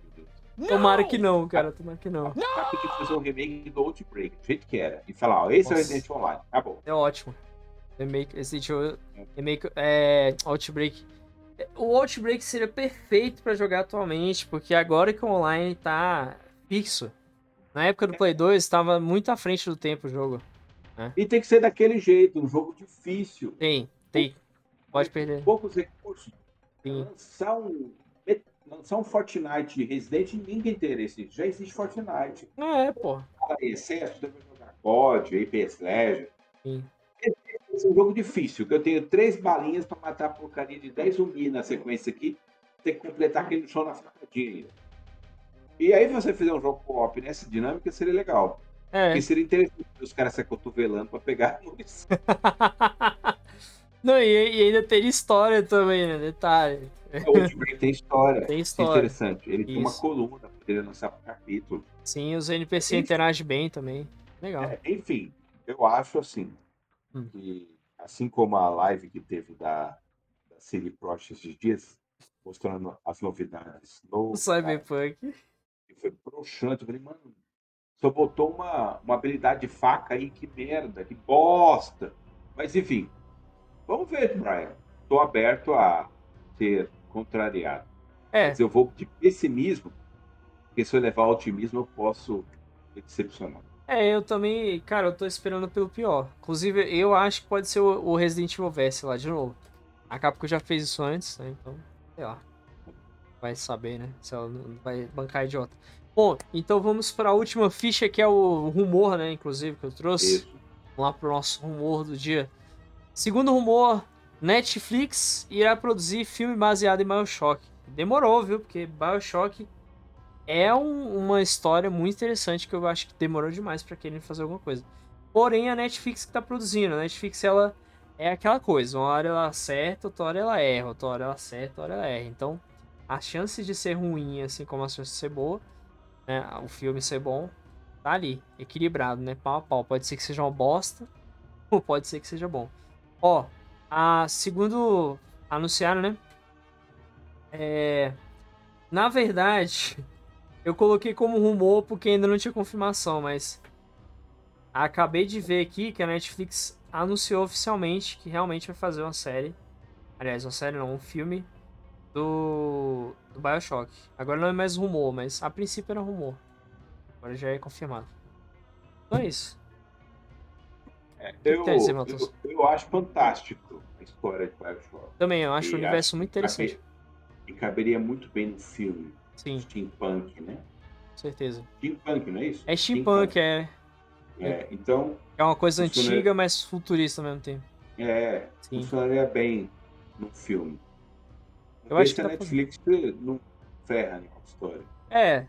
Speaker 3: no!
Speaker 1: Tomara que não, cara, tomara que não.
Speaker 2: Capcom tinha que fazer um remake do Outbreak, do jeito que era. E falar, ó, esse é o
Speaker 1: Nossa.
Speaker 2: Resident Evil Online. Acabou.
Speaker 1: É ótimo. Remake, Resident Evil. Remake. É. Outbreak. O Outbreak seria perfeito pra jogar atualmente, porque agora que o online tá fixo. Na época do Play 2, tava muito à frente do tempo o jogo.
Speaker 2: E tem que ser daquele jeito, um jogo difícil.
Speaker 1: Tem, tem. Pode perder.
Speaker 2: poucos recursos.
Speaker 1: Sim.
Speaker 2: Lançar um, lançar um Fortnite de Resident, ninguém tem interesse. Já existe Fortnite.
Speaker 1: É, pô.
Speaker 2: Fala em excesso, deve jogar COD, IP Slash.
Speaker 1: Sim.
Speaker 2: Esse é um jogo difícil, que eu tenho três balinhas para matar a porcaria de 10 zumbis na sequência aqui. Tem que completar aquele chão na facadinha. E aí, se você fizer um jogo co-op nessa dinâmica, seria legal.
Speaker 1: É.
Speaker 2: E seria interessante ver os caras se acotovelando para pegar a munição.
Speaker 1: Não, e, e ainda tem história também, né? Detalhe.
Speaker 2: É O Outbreak tem história.
Speaker 1: Tem
Speaker 2: Isso é
Speaker 1: história.
Speaker 2: interessante. Ele tem uma
Speaker 1: Isso.
Speaker 2: coluna, poderia lançar um capítulo.
Speaker 1: Sim, os NPC
Speaker 2: Tem-
Speaker 1: interagem bem também. Legal.
Speaker 2: É, enfim, eu acho assim
Speaker 1: Ah. Hum.
Speaker 2: que assim como a live que teve da, da Cine Prost esses dias, mostrando as novidades no
Speaker 1: O Cyberpunk.
Speaker 2: que foi broxante, eu falei, mano, só botou uma, uma habilidade de faca aí, que merda, que bosta. Mas enfim, vamos ver, Brian. Estou aberto a ser contrariado.
Speaker 1: É,
Speaker 2: Mas eu vou de pessimismo, porque se eu levar otimismo, eu posso me decepcionar.
Speaker 1: é, eu também. Cara, eu tô esperando pelo pior. Inclusive, eu acho que pode ser o o Resident Evil Verse lá de novo. A Capcom já fez isso antes, né? Então, sei lá. Vai saber, né? Se ela não não vai bancar idiota. Bom, então vamos pra última ficha, que é o rumor, né? Inclusive, que eu trouxe.
Speaker 2: Isso.
Speaker 1: Vamos lá pro nosso rumor do dia. Segundo rumor, Netflix irá produzir filme baseado em Bioshock. Demorou, viu? Porque Bioshock é um- uma história muito interessante que eu acho que demorou demais pra querer fazer alguma coisa. Porém, a Netflix que tá produzindo. A Netflix, ela é aquela coisa. Uma hora ela acerta, outra hora ela erra. Outra hora ela acerta, outra hora ela erra. Então, a chance de ser ruim, assim como a chance de ser boa, né, o filme ser bom, tá ali, equilibrado, né? Pau a pau. Pode ser que seja uma bosta, ou pode ser que seja bom. Ó, a, segundo anunciaram, né? É, na verdade, eu coloquei como rumor porque ainda não tinha confirmação, mas acabei de ver aqui que a Netflix anunciou oficialmente que realmente vai fazer uma série. Aliás, uma série não, um filme do, do Bioshock. Agora não é mais rumor, mas a princípio era rumor. Agora já é confirmado. Então é isso.
Speaker 2: É,
Speaker 1: que
Speaker 2: eu, É,
Speaker 1: tem a dizer, Matheus?
Speaker 2: eu, eu acho fantástico. a história de Bioshock.
Speaker 1: Também, eu acho
Speaker 2: E
Speaker 1: o universo muito interessante.
Speaker 2: cabe- E caberia muito bem no filme
Speaker 1: Sim,
Speaker 2: Steampunk, né?
Speaker 1: com certeza.
Speaker 2: Steampunk, não é isso?
Speaker 1: É steampunk, é,
Speaker 2: É, então,
Speaker 1: é uma coisa
Speaker 2: Funciona-
Speaker 1: antiga, mas futurista ao mesmo tempo.
Speaker 2: é,
Speaker 1: Sim.
Speaker 2: funcionaria bem no filme. Não
Speaker 1: Eu
Speaker 2: vê
Speaker 1: acho
Speaker 2: se
Speaker 1: que
Speaker 2: a
Speaker 1: tá
Speaker 2: Netflix não ferra né, com a história.
Speaker 1: É,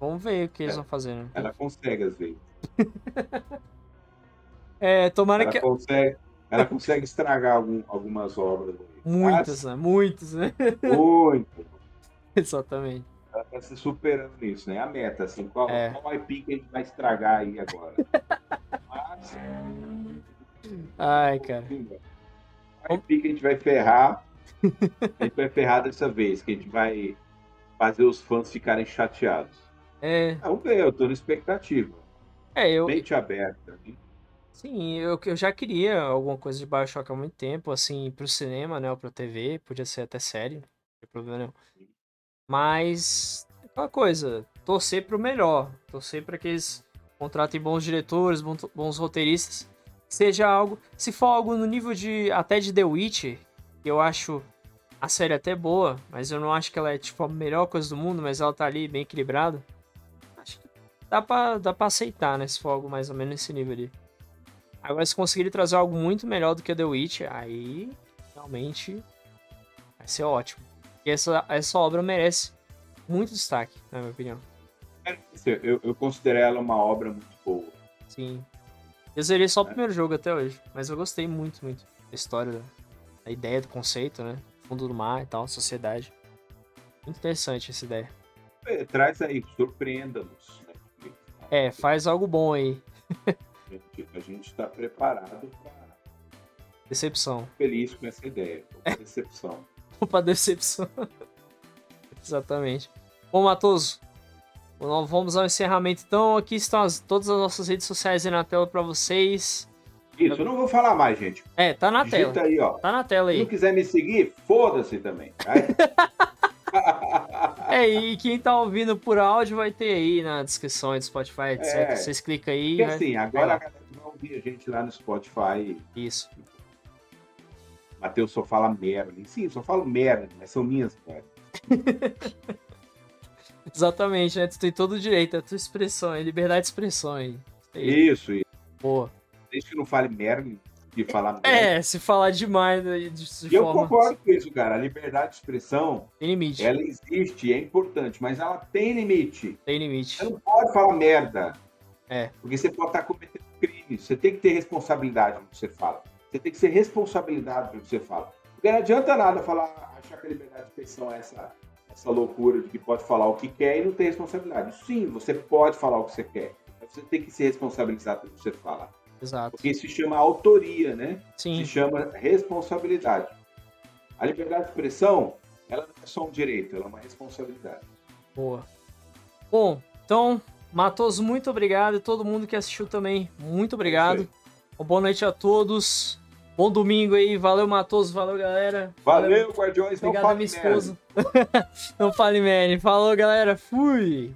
Speaker 1: vamos ver o que eles
Speaker 2: É.
Speaker 1: vão fazer, né?
Speaker 2: Ela consegue, às vezes.
Speaker 1: É, tomara
Speaker 2: Ela,
Speaker 1: que...
Speaker 2: consegue, ela consegue estragar algum- algumas obras. aí.
Speaker 1: Muitas, né? Muitas, né?
Speaker 2: Ah, Muito.
Speaker 1: Exatamente.
Speaker 2: Ela tá se superando nisso, né? A meta, assim, qual,
Speaker 1: É.
Speaker 2: qual IP que a gente vai estragar aí agora? Mas,
Speaker 1: Ai, cara.
Speaker 2: qual IP que a gente vai ferrar? A gente vai ferrar dessa vez, que a gente vai fazer os fãs ficarem chateados.
Speaker 1: É,
Speaker 2: Ah, Vamos ver, eu tô na expectativa.
Speaker 1: é eu,
Speaker 2: Mente aberta. né?
Speaker 1: Sim, eu, eu já queria alguma coisa de BioShock há muito tempo, assim, pro cinema, né, ou pra TV, podia ser até série, não tem problema nenhum. Mas, aquela coisa, torcer pro melhor, torcer pra que eles contratem bons diretores, bon- bons roteiristas, seja algo, se for algo no nível de, até de The Witcher, que eu acho a série até boa, mas eu não acho que ela é, tipo, a melhor coisa do mundo, mas ela tá ali bem equilibrada, acho que dá pra, dá pra aceitar, né, se for algo mais ou menos nesse nível ali. Agora, se conseguirem trazer algo muito melhor do que The Witch, aí realmente vai ser ótimo. E essa, essa obra merece muito destaque, na minha opinião.
Speaker 2: É, assim, Eu, eu considero ela uma obra muito boa.
Speaker 1: Sim. Eu zerei só o
Speaker 2: É.
Speaker 1: primeiro jogo até hoje, mas eu gostei muito, muito da história, da- da ideia, do conceito, né? Fundo do mar e tal, sociedade. Muito interessante essa ideia.
Speaker 2: É, Traz aí, surpreenda-nos. né?
Speaker 1: É, faz algo bom aí.
Speaker 2: A gente- A gente está preparado para
Speaker 1: Decepção.
Speaker 2: feliz com essa ideia, com
Speaker 1: É.
Speaker 2: essa decepção.
Speaker 1: Opa, decepção. Exatamente. Bom, Matoso, nós vamos ao encerramento. Então, aqui estão as- todas as nossas redes sociais aí na tela pra vocês.
Speaker 2: Isso, eu não vou falar mais, gente.
Speaker 1: É, tá na
Speaker 2: Digita
Speaker 1: tela.
Speaker 2: aí, ó.
Speaker 1: Tá na tela
Speaker 2: Se não
Speaker 1: aí.
Speaker 2: quiser me seguir, foda-se também. Aí,
Speaker 1: É, e quem tá ouvindo por áudio vai ter aí na descrição aí do Spotify, etc.
Speaker 2: É.
Speaker 1: Vocês clicam aí. né?
Speaker 2: porque
Speaker 1: vai-
Speaker 2: assim, agora a galera vai ouvir a gente lá no Spotify.
Speaker 1: Isso.
Speaker 2: Matheus só fala merda. Sim, só falo merda, mas são minhas, cara.
Speaker 1: Exatamente, né? Tu tem todo o direito, é a tua expressão, é liberdade de expressão aí. Isso aí.
Speaker 2: Isso, isso.
Speaker 1: Boa.
Speaker 2: Desde que não fale merda de falar merda.
Speaker 1: É, se falar demais aí de, de
Speaker 2: E eu
Speaker 1: forma. assim.
Speaker 2: concordo com isso, cara. A liberdade de expressão,
Speaker 1: Tem limite.
Speaker 2: ela existe, é importante, mas ela tem limite.
Speaker 1: Tem limite.
Speaker 2: Você não pode falar merda.
Speaker 1: É.
Speaker 2: Porque você pode estar cometendo crime. Você tem que ter responsabilidade no que você fala. Você tem que ser responsabilidade no que você fala. Porque não adianta nada falar, achar que a liberdade de expressão é essa, essa loucura de que pode falar o que quer e não ter responsabilidade. Sim, você pode falar o que você quer. Mas você tem que se responsabilizar pelo que você fala.
Speaker 1: Exato.
Speaker 2: Porque isso se chama autoria, né?
Speaker 1: Sim.
Speaker 2: Se chama responsabilidade. A liberdade de expressão, ela não é só um direito, ela é uma responsabilidade.
Speaker 1: Boa. Bom, então, Matoso, muito obrigado. E todo mundo que assistiu também, muito obrigado. Uma boa noite a todos. Bom domingo aí. Valeu, Matoso. Valeu, galera.
Speaker 2: Valeu, guardiões. não
Speaker 1: Obrigado à Então
Speaker 2: fale
Speaker 1: minha
Speaker 2: merda.
Speaker 1: esposa. Não fale, merda. Falou, galera. Fui.